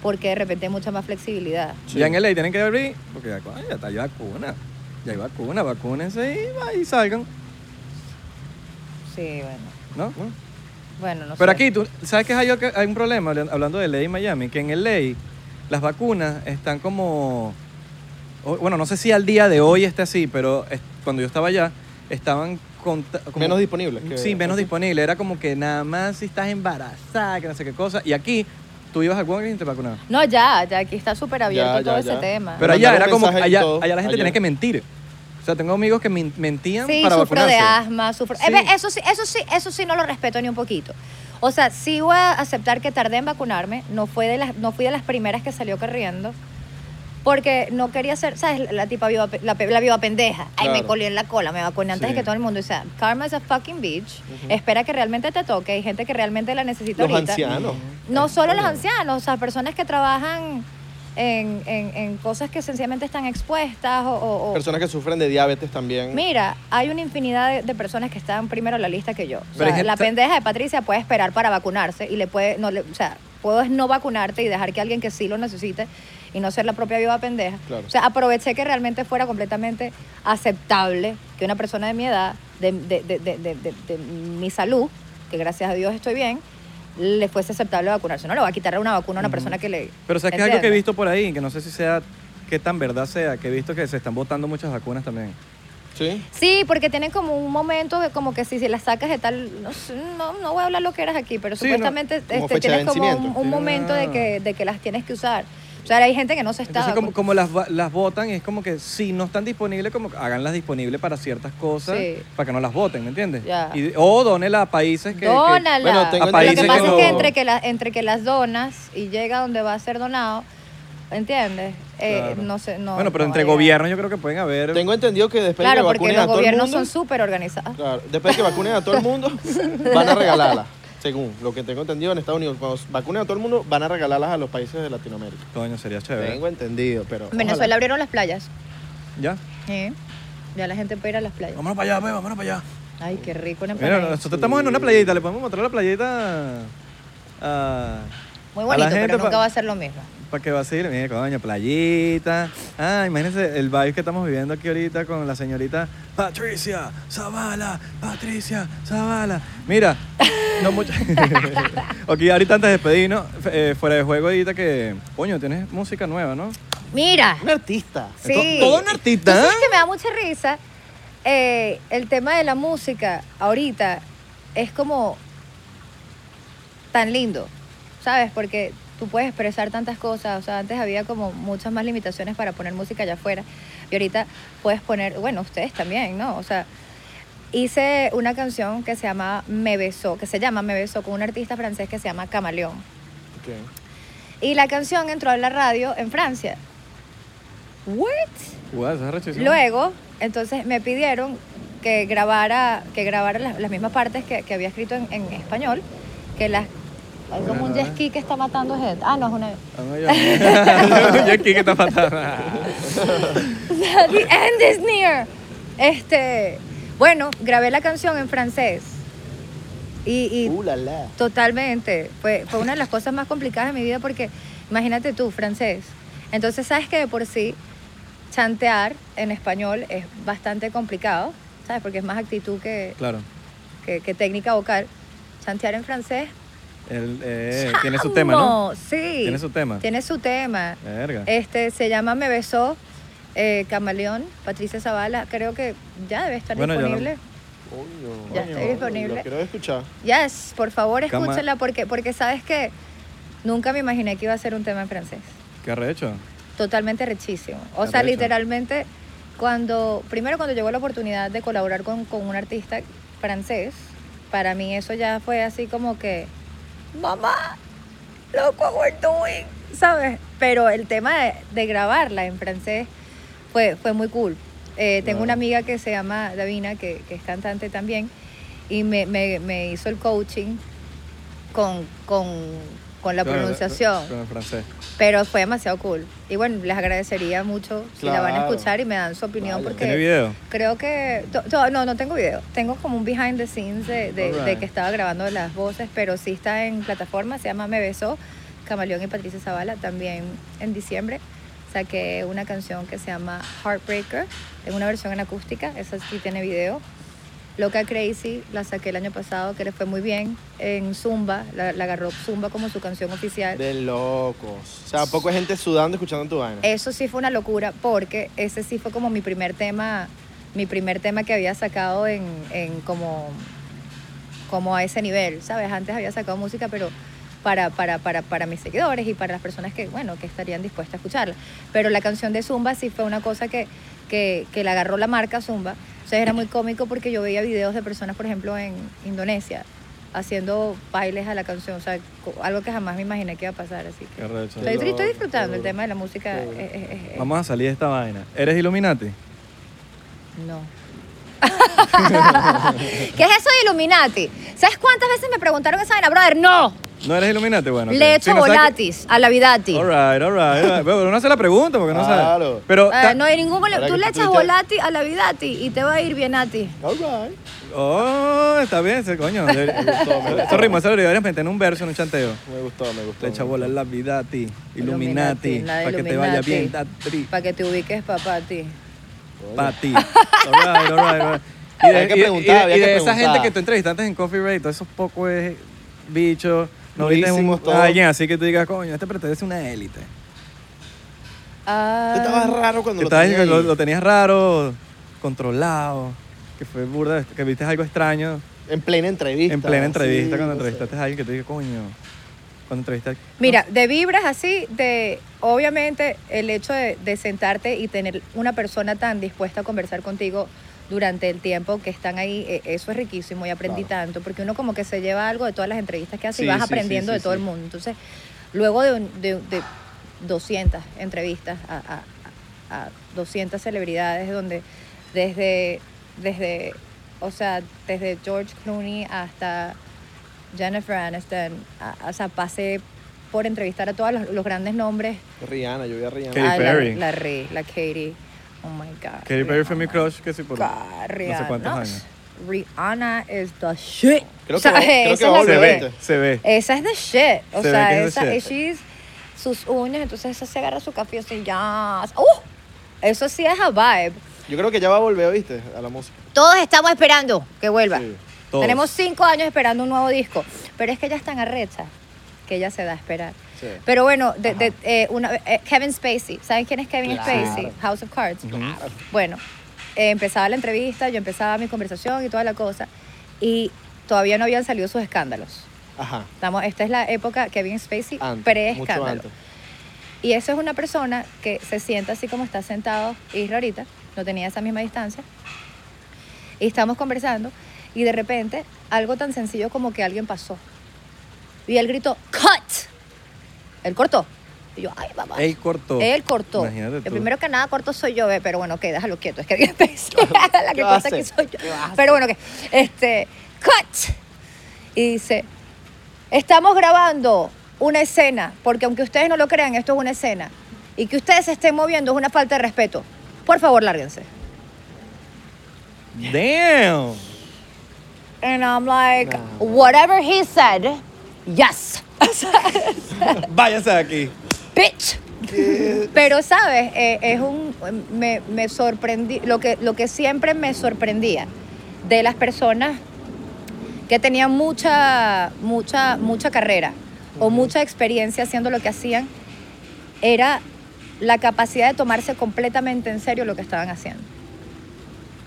A: por qué de repente hay mucha más flexibilidad.
B: Ya en LA tienen que abrir, porque ya, coño, ya está, hay vacuna. Ya hay vacuna, vacúnense y, va, y salgan.
A: Sí, bueno.
B: ¿no?
A: Bueno, no
B: Pero
A: sé.
B: aquí, tú, ¿sabes que hay, hay un problema hablan- hablando de ley en Miami? Que en ley las vacunas están como. o- Bueno, no sé si al día de hoy esté así, pero es- cuando yo estaba allá, estaban. conta- como-
C: Menos disponibles que-
B: Sí, menos disponibles. Era como que nada más si estás embarazada, que no sé qué cosa. Y aquí, tú ibas al Walgreens y te vacunaban.
A: No, ya, ya aquí está súper abierto
C: Ya,
A: todo
C: ya,
A: ese
C: ya.
A: tema.
B: Pero
C: Me
B: allá
C: mandaron
B: era como.
C: mensajes y
B: Allá,
C: todo
B: allá la gente
C: ayer.
B: tenía que mentir. O sea, tengo amigos que min- mentían
A: sí,
B: para
A: sufro
B: vacunarse.
A: de asma, sufro. Eh,
B: Sí.
A: ve, eso sí, eso sí, eso sí no lo respeto ni un poquito. O sea, sí voy a aceptar que tardé en vacunarme. No fue de las, no fui de las primeras que salió corriendo. Porque no quería ser, ¿sabes? La tipa viva, pe- la, pe- la viva pendeja. Ay, me
C: Claro.
A: colió en la cola, me vacuné antes
B: Sí.
A: de que todo el mundo. O sea, karma is a fucking bitch. Espera que realmente te toque. Hay gente que realmente la necesita
C: Los
A: ahorita.
C: ancianos.
A: No solo los ancianos, o sea, personas que trabajan en, en- en cosas que sencillamente están expuestas o... o- o-
C: Personas que sufren de diabetes también.
A: Mira, hay una infinidad de, de personas que están primero en la lista que yo. O
B: Pero hay
A: sea,
B: gente-
A: la pendeja de Patricia puede esperar para vacunarse y le puede... No le, o sea, puedo es no vacunarte y dejar que alguien que sí lo necesite y no ser la propia viva pendeja.
C: Claro.
A: O sea, aproveché que realmente fuera completamente aceptable que una persona de mi edad, de, de- de- de- de- de- de mi salud, que gracias a Dios estoy bien, le fuese aceptable vacunarse. No le va a quitar una vacuna a una persona que le...
B: Pero sabes que es algo que he
A: ¿entiendes?
B: visto por ahí, que no sé si sea qué tan verdad sea, que he visto que se están votando muchas vacunas también.
C: Sí.
A: Sí, porque tienen como un momento de como que si, si la sacas de tal, no, sé, no, no voy a hablar lo que eras aquí, pero
B: Sí, no,
A: supuestamente
C: como
A: este,
C: fecha de
A: tienes como un,
C: vencimiento.
A: un
B: Sí,
A: momento de
B: ah.
A: que, de que las tienes que usar. O sea, hay gente que no se está...
B: Entonces, como, como las, va- las votan, es como que si no están disponibles, como que háganlas disponibles para ciertas cosas,
A: Sí.
B: para que no las voten, ¿me entiendes?
A: Ya.
B: Y- o dónela a países que... que-
A: Dónala.
C: bueno, tengo
A: lo que
B: entendido
A: pasa
B: que
A: es que
B: no-
A: entre que, la- entre que las donas y llega donde va a ser donado, ¿entiendes? Eh,
B: Claro.
A: No sé, no...
B: bueno, pero
A: no
B: entre
A: va a llegar.
B: gobiernos yo creo que pueden haber...
C: Tengo entendido que después de
A: Claro,
C: que
A: porque
C: vacunen
A: los
C: a todo el
A: gobiernos
C: mundo,
A: son súper organizados.
C: claro, después de que vacunen a todo
A: (laughs)
C: el mundo, van a regalarlas. Según lo que tengo entendido en Estados Unidos, cuando vacunen a todo el mundo, van a regalarlas a los países de Latinoamérica.
B: Coño, sería chévere.
C: Tengo entendido, pero.
A: En Venezuela
C: ojalá.
A: abrieron las playas.
B: ¿Ya?
A: Sí. Ya la gente puede ir a las playas.
B: Vámonos para allá, pues, vámonos para allá.
A: Ay, qué rico una
B: Mira,
A: playa.
B: nosotros estamos en una playita, le podemos mostrar la playita a...
A: Muy
B: a la
A: bonito,
B: gente
A: pero nunca
B: pa-
A: va a ser lo mismo.
B: Para que vacile, mire, coño, playita. Ah, imagínense el vibe que estamos viviendo aquí ahorita con la señorita Patricia Zavala, Patricia Zavala.
A: (laughs)
B: Mira, no mucho. (laughs) ok, ahorita antes de despedirnos, f- eh, fuera de juego, ahorita que, coño, tienes música nueva, ¿no?
A: Mira.
C: Un artista.
A: Sí.
B: Todo un artista,
A: ¿Tú sabes
B: ¿eh?
A: que me da mucha risa. Eh, el tema de la música ahorita es como tan lindo, ¿sabes? Porque tú puedes expresar tantas cosas. O sea, antes había como muchas más limitaciones para poner música allá afuera. Y ahorita puedes poner, bueno, ustedes también, ¿no? O sea, hice una canción que se llama Me Besó, que se llama Me Besó, con un artista francés que se llama Camaleón.
C: Ok.
A: Y la canción entró en la radio en Francia. ¿What?
B: Guau, esa es rechísima.
A: Luego, entonces me pidieron que grabara, que grabara las, las mismas partes que, que había escrito en, en español, que las hay como un jet ski que está matando gente. Ah, no, es una.
B: Vamos allá. Yo aquí que está fatal.
A: The end is near. Este, bueno, grabé la canción en francés. Y, y
C: Uh, la, la.
A: Totalmente. Fue, fue una de las cosas más complicadas de mi vida porque, imagínate tú, francés. Entonces, sabes que de por sí, chantear en español es bastante complicado, ¿sabes? Porque es más actitud que,
B: (laughs) Claro.
A: que, que técnica vocal. Chantear en francés.
B: Él, eh, tiene su tema, ¿no?
A: ¡chamo! Sí.
B: Tiene su tema.
A: Tiene su tema.
B: Verga.
A: Este, se llama Me Besó, eh, Camaleón, Patricia Zavala. Creo que ya debe estar
B: Bueno, ya lo-
A: disponible.
C: Coño,
A: Ya está disponible.
C: Lo quiero escuchar.
A: Yes, por favor,
B: Cama-
A: escúchala porque, porque sabes que nunca me imaginé que iba a ser un tema en francés.
B: ¿Qué arrecho?
A: Totalmente rechísimo. O sea,
B: Arrecho.
A: literalmente, cuando, primero cuando llegó la oportunidad de colaborar con, con un artista francés, para mí eso ya fue así como que, mamá, loco, we're doing, ¿sabes? Pero el tema de, de grabarla en francés fue, fue muy cool. Eh, tengo una amiga que se llama Davina, que, que es cantante también, y me, me- me hizo el coaching con, con- con la
B: Claro,
A: pronunciación.
B: Con el francés.
A: Pero fue demasiado cool. Y bueno, les agradecería mucho si la van a
C: Claro.
A: escuchar y me dan su opinión
C: Vaya.
B: ¿Tiene
A: porque
B: video?
A: creo que... to- to- no, no tengo video. Tengo como un behind the scenes de, de-
B: Alright.
A: de que estaba grabando las voces, pero sí está en plataforma. Se llama Me Besó, Camaleón y Patricia Zavala. También en diciembre saqué una canción que se llama Heartbreaker. Tengo una versión en acústica. Esa sí tiene video. Loca Crazy, la saqué el año pasado, que le fue muy bien. En Zumba, la, la agarró Zumba como su canción oficial.
C: De locos. O sea, poco hay gente sudando escuchando tu vaina.
A: Eso sí fue una locura porque ese sí fue como mi primer tema, mi primer tema que había sacado en, en como, como a ese nivel, ¿sabes? Antes había sacado música, pero para, para, para, para mis seguidores y para las personas que, bueno, que estarían dispuestas a escucharla. Pero la canción de Zumba sí fue una cosa que, que, que la agarró la marca Zumba. Entonces era muy cómico porque yo veía videos de personas, por ejemplo, en Indonesia, haciendo bailes a la canción, o sea, co- algo que jamás me imaginé que iba a pasar, así que...
B: Qué arrecho.
A: Estoy, estoy
C: loco,
A: disfrutando el
C: seguro.
A: tema de la música.
C: Seguro.
A: eh, eh, eh, eh.
B: Vamos a salir de esta vaina. ¿Eres Illuminati?
A: No. ¿Qué es eso de Illuminati? ¿Sabes cuántas veces me preguntaron esa vaina, brother? No.
B: ¿No eres Illuminati? Bueno. ok.
A: Le echo
B: Sí, no sabes que-
A: volatis a la vidati.
B: All right, all right, all right. Pero uno hace la pregunta porque no sabe.
C: Claro.
B: Pero
A: Ah,
B: ta-
A: no hay ningún
C: Ahora
A: Tú
C: que
A: le
C: tú
A: echas
C: tuiteas-
A: volati a la vidati y te va a ir bien a ti.
C: All right.
B: Oh, está bien ese coño.
C: gustó, me
B: Esos
C: gustó.
B: ritmos, esos deberías meter en un verso, en un chanteo.
C: Me gustó, me gustó.
B: Le echa bola la vida a ti,
A: Illuminati,
B: Illuminati,
A: la de
B: para que te vaya
A: Illuminati.
B: bien, da tri,
A: Para que te ubiques, papá, a ti.
B: pa' ti. All right, all right, all right. Y de,
C: (laughs) Había que
B: y de-
C: preguntar,
B: y de-
C: había
B: y
C: que
B: de esa
C: preguntar.
B: gente que tú entrevistaste en Coffee Break, todos esos pocos eh, bichos, no ahorita es un,
C: Durísimos todos.
B: alguien así que tú digas, coño, este pertenece a una élite.
A: Ah,
C: Tú estabas raro cuando
B: Que
C: lo
B: estabas-
C: tenías
B: que lo,
C: ahí.
B: lo tenías raro, controlado, que fue burda, que viste algo extraño
C: En plena entrevista.
B: en plena entrevista,
C: sí,
B: cuando
C: no sé.
B: entrevistaste a alguien que te dije, coño, cuando entrevistaste...
A: Mira, de vibras así, de obviamente el hecho de, de sentarte y tener una persona tan dispuesta a conversar contigo durante el tiempo que están ahí, e- eso es riquísimo y aprendí tanto, porque uno como que se lleva algo de todas las entrevistas que hace y
C: Sí,
A: vas
C: sí, sí,
A: aprendiendo
C: sí,
A: de todo
C: sí.
A: el mundo. Entonces, luego de, un- de- de 200 entrevistas a, a- a- a 200 celebridades, donde desde, desde, o sea, desde George Clooney hasta... Jennifer Aniston, a- o sea, pasé por entrevistar a todos los, los grandes nombres.
C: Rihanna, yo vi a Rihanna.
B: Katy
A: Ay, la-
B: Perry.
A: La, Ri- la Katy. Oh my God.
B: Katy Perry fue mi
A: Rihanna.
B: crush, que sí, por
A: God,
B: no sé
A: Rihanna.
B: cuántos años.
A: Rihanna is the shit.
C: Creo
A: O sea,
C: que va- creo que
A: esa
C: va a
A: es la que-
B: Se
C: volver
B: ve,
C: Obviamente.
B: se ve.
A: Esa es the shit. O
B: Se ve que
A: sea,
B: es the
A: esa,
B: shit.
A: she's- sus uñas, entonces esa se agarra su café así, ya. ¡Uh! Eso sí es a vibe.
C: Yo creo que ya va a volver, ¿viste? A la música.
A: Todos estamos esperando que vuelva.
C: Sí,
B: todos.
A: Tenemos cinco años esperando un nuevo disco, pero es que ya están arrecha, que ya se da a esperar.
C: Sí.
A: Pero bueno, de- de- eh, una, eh, Kevin Spacey, ¿saben quién es Kevin
C: Claro.
A: Spacey? House of Cards. Bueno, eh, empezaba la entrevista, yo empezaba mi conversación y toda la cosa, y todavía no habían salido sus escándalos.
C: Ajá.
A: Estamos, esta es la época Kevin Spacey
C: Antes. Mucho
A: pre-escándalo.
C: antes.
A: Y eso es una persona que se sienta así como está sentado Isra ahorita, no tenía esa misma distancia. Y estamos conversando y de repente algo tan sencillo como que alguien pasó. Y él gritó, ¡Cut! Él cortó. Y yo, ay, mamá.
B: Él cortó.
A: Eh, Él cortó.
B: Imagínate
A: El
B: tú.
A: primero que nada corto soy yo, eh, pero bueno, ok, déjalo quieto. Es que alguien pensó, (laughs) la que
C: (laughs) ¿Qué
A: corta aquí
C: haces?
A: soy yo. Pero bueno, que este, cut. Y dice, estamos grabando una escena, porque aunque ustedes no lo crean, esto es una escena. Y que ustedes se estén moviendo es una falta de respeto. Por favor, lárguense.
B: Damn.
A: And I'm like, whatever he said, yes.
B: Váyanse de aquí.
A: bitch. Pero, ¿sabes? Eh, es un. Me, me sorprendí. Lo que, lo que siempre me sorprendía de las personas que tenían mucha, mucha, mucha carrera o mucha experiencia haciendo lo que hacían era la capacidad de tomarse completamente en serio lo que estaban haciendo.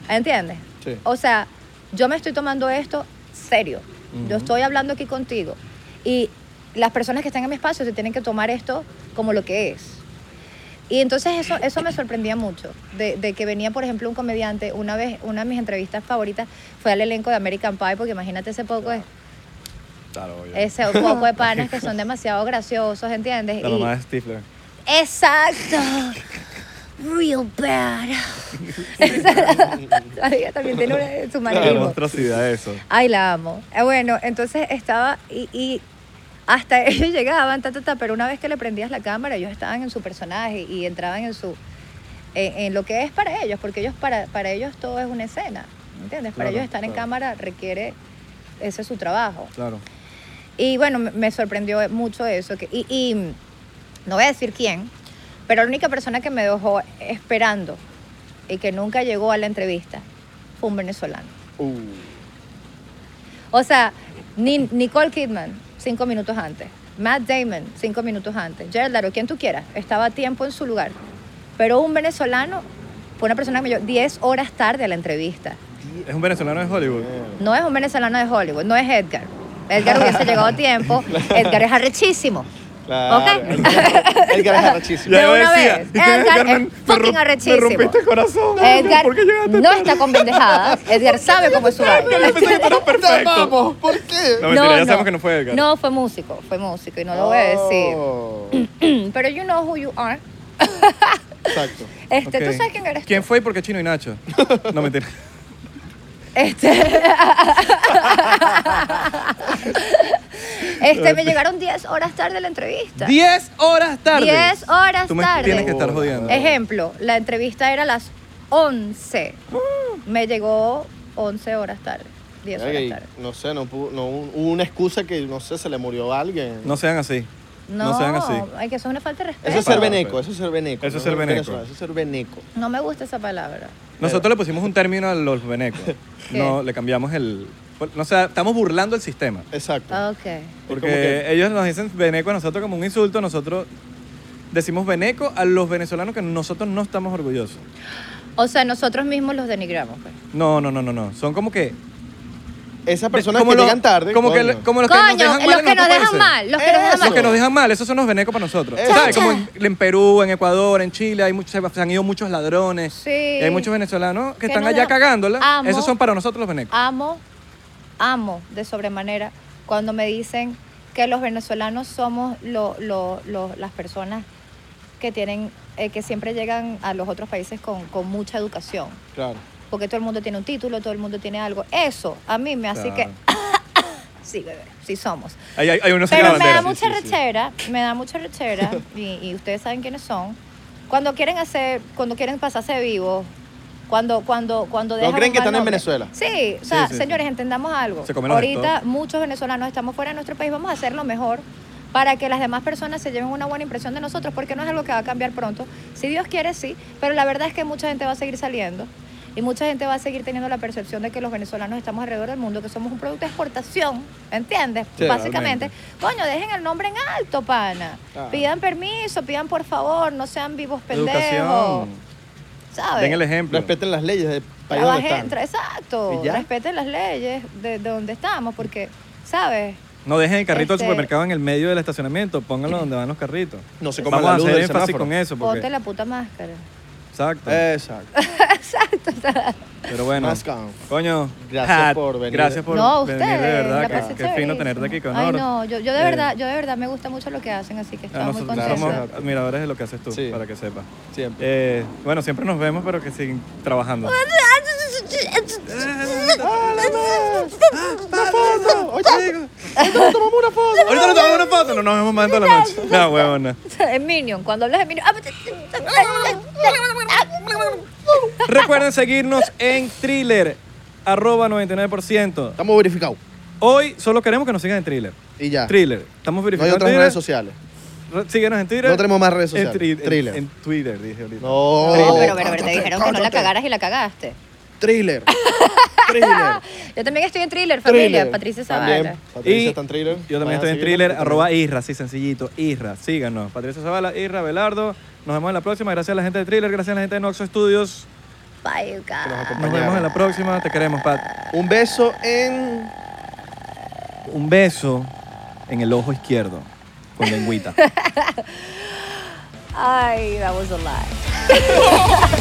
A: ¿Entiendes?
C: Sí.
A: O sea, yo me estoy tomando esto serio. Yo estoy hablando aquí contigo. Y las personas que están en mi espacio se tienen que tomar esto como lo que es. Y entonces eso, eso me sorprendía mucho, de, de que venía, por ejemplo, un comediante, una vez, una de mis entrevistas favoritas fue al elenco de American Pie, porque imagínate ese poco, de- ese poco
B: (laughs)
A: de panas que son demasiado graciosos, ¿entiendes?
B: La
A: Y-
B: mamá de Stifler.
A: Exacto. Real
B: (laughs)
A: bad. Ella también tiene una- su
B: Qué
A: manerismo.
B: monstruosidad eso.
A: Ay, la amo. Eh, Bueno, entonces estaba y, y hasta (laughs) ellos llegaban, ta, ta, ta, pero una vez que le prendías la cámara, ellos estaban en su personaje y entraban en su en, en lo que es para ellos, porque ellos para, para ellos todo es una escena, ¿entiendes? Para
B: Claro,
A: ellos estar en
B: claro.
A: cámara requiere ese es su trabajo.
B: Claro.
A: Y bueno, me- me sorprendió mucho eso. que- y, y no voy a decir quién, pero la única persona que me dejó esperando y que nunca llegó a la entrevista fue un venezolano.
C: Uh,
A: O sea, ni- Nicole Kidman, cinco minutos antes. Matt Damon, cinco minutos antes. Jared Leto, quien tú quieras, estaba a tiempo en su lugar. Pero un venezolano fue una persona que me llegó 10 horas tarde a la entrevista.
B: Es un venezolano de Hollywood.
A: No es un venezolano de Hollywood, no es Edgar. Edgar hubiese llegado a tiempo. Edgar es arrechísimo.
C: claro.
A: Ok.
C: El que es arrechísimo.
A: De
B: yo
A: una
B: decía,
A: vez.
B: y que
A: Edgar
B: me-
A: es
B: me
A: fucking
B: romp-
A: arrechísimo.
B: Me rompiste el corazón.
A: Edgar
B: ¿Por qué llegaste
A: no está con
B: (laughs)
A: pendejadas. Edgar sabe cómo es su vaina.
B: tarde? Yo pensé que tú eras (laughs) perfecto.
C: Vamos, ¿por qué?
B: No, mentira, ya sabemos que no fue Edgar. Oh.
A: No, fue músico, fue músico y no lo voy a decir. (clears throat)
C: Oh.
A: Pero you know who you are. (clears throat)
C: Exacto.
A: Este,
B: Ok.
A: ¿Tú sabes quién eres? tú?
B: ¿Quién fue y por qué Chino
A: (laughs)
B: y Nacho? No, mentira.
A: Este. (laughs) este, me llegaron 10 horas tarde a la entrevista.
B: 10 horas tarde.
A: 10 horas
B: Tú me
A: tarde.
B: tienes que estar jodiendo.
A: Ejemplo, la entrevista era a las 11.
B: Oh.
A: Me llegó 11 horas tarde. 10 horas
C: Ey,
A: tarde.
C: No sé, no, pudo- no hubo hubo una excusa que no sé, se le murió a alguien.
B: No sean así. No,
A: No,
B: sean así.
A: Ay, que eso es una falta de respeto.
C: Eso es ser
B: Para,
C: veneco,
B: pues.
C: eso es ser veneco.
B: Eso es
C: ¿no?
B: ser veneco.
C: Venezuela, Eso es ser veneco.
A: No me gusta esa palabra.
B: Nosotros le pusimos un término a los
A: (laughs)
B: venecos. No, le cambiamos el. No sea, estamos burlando el sistema.
C: Exacto.
A: Ah, Ok.
B: Porque
C: como que-
B: ellos nos dicen veneco a nosotros como un insulto, nosotros decimos veneco a los venezolanos que nosotros no estamos orgullosos.
A: O sea, nosotros mismos los denigramos. pues.
B: No, no, no, no, no. Son como que
C: Esas personas
B: como
C: que
B: los-
C: llegan tarde.
B: Como, que,
C: coño.
B: lo- como los
A: Coño,
B: que
A: los
B: nos dejan mal. en
A: que nos
B: otros
A: dejan
B: países.
A: mal. Los que nos dejan
C: Eso.
A: mal.
B: Los que nos dejan mal, esos son los venecos para nosotros.
C: Eso.
B: ¿Sabes? Como en, en Perú, en Ecuador, en Chile, hay muchos, se han ido muchos ladrones.
A: Sí.
B: Y hay muchos venezolanos que,
A: Que
B: están
A: nos
B: allá
A: dejan-
B: cagándola.
A: Amo.
B: Esos son para nosotros los venecos.
A: Amo, amo de sobremanera cuando me dicen que los venezolanos somos lo- lo- lo- las personas que tienen, eh, que siempre llegan a los otros países con, con mucha educación.
C: Claro.
A: Porque todo el mundo tiene un título, todo el mundo tiene algo. Eso a mí me hace que.
B: Claro.
A: (coughs) sí, bebé, sí somos.
B: Hay, hay, hay unos que
A: Pero me da
B: bandera.
A: mucha rechera, me da
C: (laughs)
A: mucha rechera, y, y ustedes saben quiénes son. Cuando quieren hacer, cuando quieren pasarse de vivos, cuando, cuando, cuando
C: No
A: dejan
C: creen
A: un
C: que
A: mal
C: están en
A: nombre.
C: Venezuela.
A: Sí, o sea,
B: Sí, sí,
A: señores, entendamos algo.
B: Se comen los
A: Ahorita
B: stocks.
A: muchos venezolanos estamos fuera de nuestro país, vamos a hacer lo mejor para que las demás personas se lleven una buena impresión de nosotros, porque no es algo que va a cambiar pronto. Si Dios quiere, sí, pero la verdad es que mucha gente va a seguir saliendo y mucha gente va a seguir teniendo la percepción de que los venezolanos estamos alrededor del mundo, que somos un producto de exportación, ¿entiendes?
B: Sí,
A: Básicamente. Coño, dejen el nombre en alto, pana.
B: Ah.
C: Claro.
A: Pidan permiso, pidan por favor, no sean vivos pendejos.
B: Educación.
A: ¿Sabes?
B: Den el ejemplo.
C: Respeten las leyes del país donde
A: Trabajen,
C: están.
A: tra- exacto.
C: ¿Y ya?
A: Respeten las leyes de, de donde estamos, porque, ¿sabes?
B: No dejen el carrito
A: Este-
B: del supermercado en el medio del estacionamiento, pónganlo donde van los carritos.
C: No se coman
B: Vamos
C: la
B: a
C: luz
B: hacer
C: del
B: énfasis
C: semáforo.
B: con eso,
A: Ponte
B: porque
A: la puta máscara.
B: exacto.
C: Exacto.
B: Pero bueno,
C: Más calm.
B: coño,
C: Gracias por venir.
B: Gracias por
A: no, ustedes.
B: venir de
A: la
B: verdad, que-
A: pasé
B: qué fino
A: chéverísimo.
B: tenerte aquí con
A: Ay,
B: honor.
A: no, yo, yo de
B: Eh, Ah,
A: verdad, yo de verdad me gusta mucho lo que hacen, así que estaba muy
B: nosotros
A: contenta.
B: somos admiradores de lo que haces tú,
C: Sí.
B: para que sepas. (laughs)
C: Siempre.
B: Eh, bueno, siempre nos vemos, pero que siguen trabajando.
A: (laughs)
C: ¡Ah!
B: (laughs) Ahorita nos tomamos una foto, no nos vemos más en toda la noche. No, huevona.
A: Es Minion, cuando hablas de ah, pues, Minion.
B: Recuerden seguirnos en thriller, arroba 99%.
C: Estamos verificados.
B: Hoy solo queremos que nos sigan en thriller.
C: Y ya.
B: Thriller. Estamos
C: Ah. No hay
B: verificando
C: otras
B: Thriller.
C: redes sociales.
B: Re- Síguenos en Twitter.
C: No tenemos más redes sociales.
B: En, Tri- en-
C: Thriller.
B: en Twitter, dije ahorita.
C: No.
A: No, pero, pero, pero te dijeron que no la
C: Oh. Cállate.
A: cagaras y la cagaste.
C: Thriller.
A: (laughs)
C: Thriller.
A: Yo también estoy en thriller, familia.
C: Thriller.
A: Patricia Zavala.
C: También. Patricia está en Thriller.
B: Yo
C: Vayan
B: también
C: a
B: estoy en
C: seguirla
B: thriller,
C: porque
B: arroba Isra, así sencillito, Isra. Síganos. Patricia Zavala, Isra, Belardo. Nos vemos en la próxima. Gracias a la gente de Thriller, gracias a la gente de Noxo Studios.
A: Bye, you guys.
B: Nos vemos en la próxima. Te queremos, Pat.
C: también. Un beso en...
B: Un beso en el ojo izquierdo, con
C: (laughs)
B: lengüita.
A: Ay, that was a lie.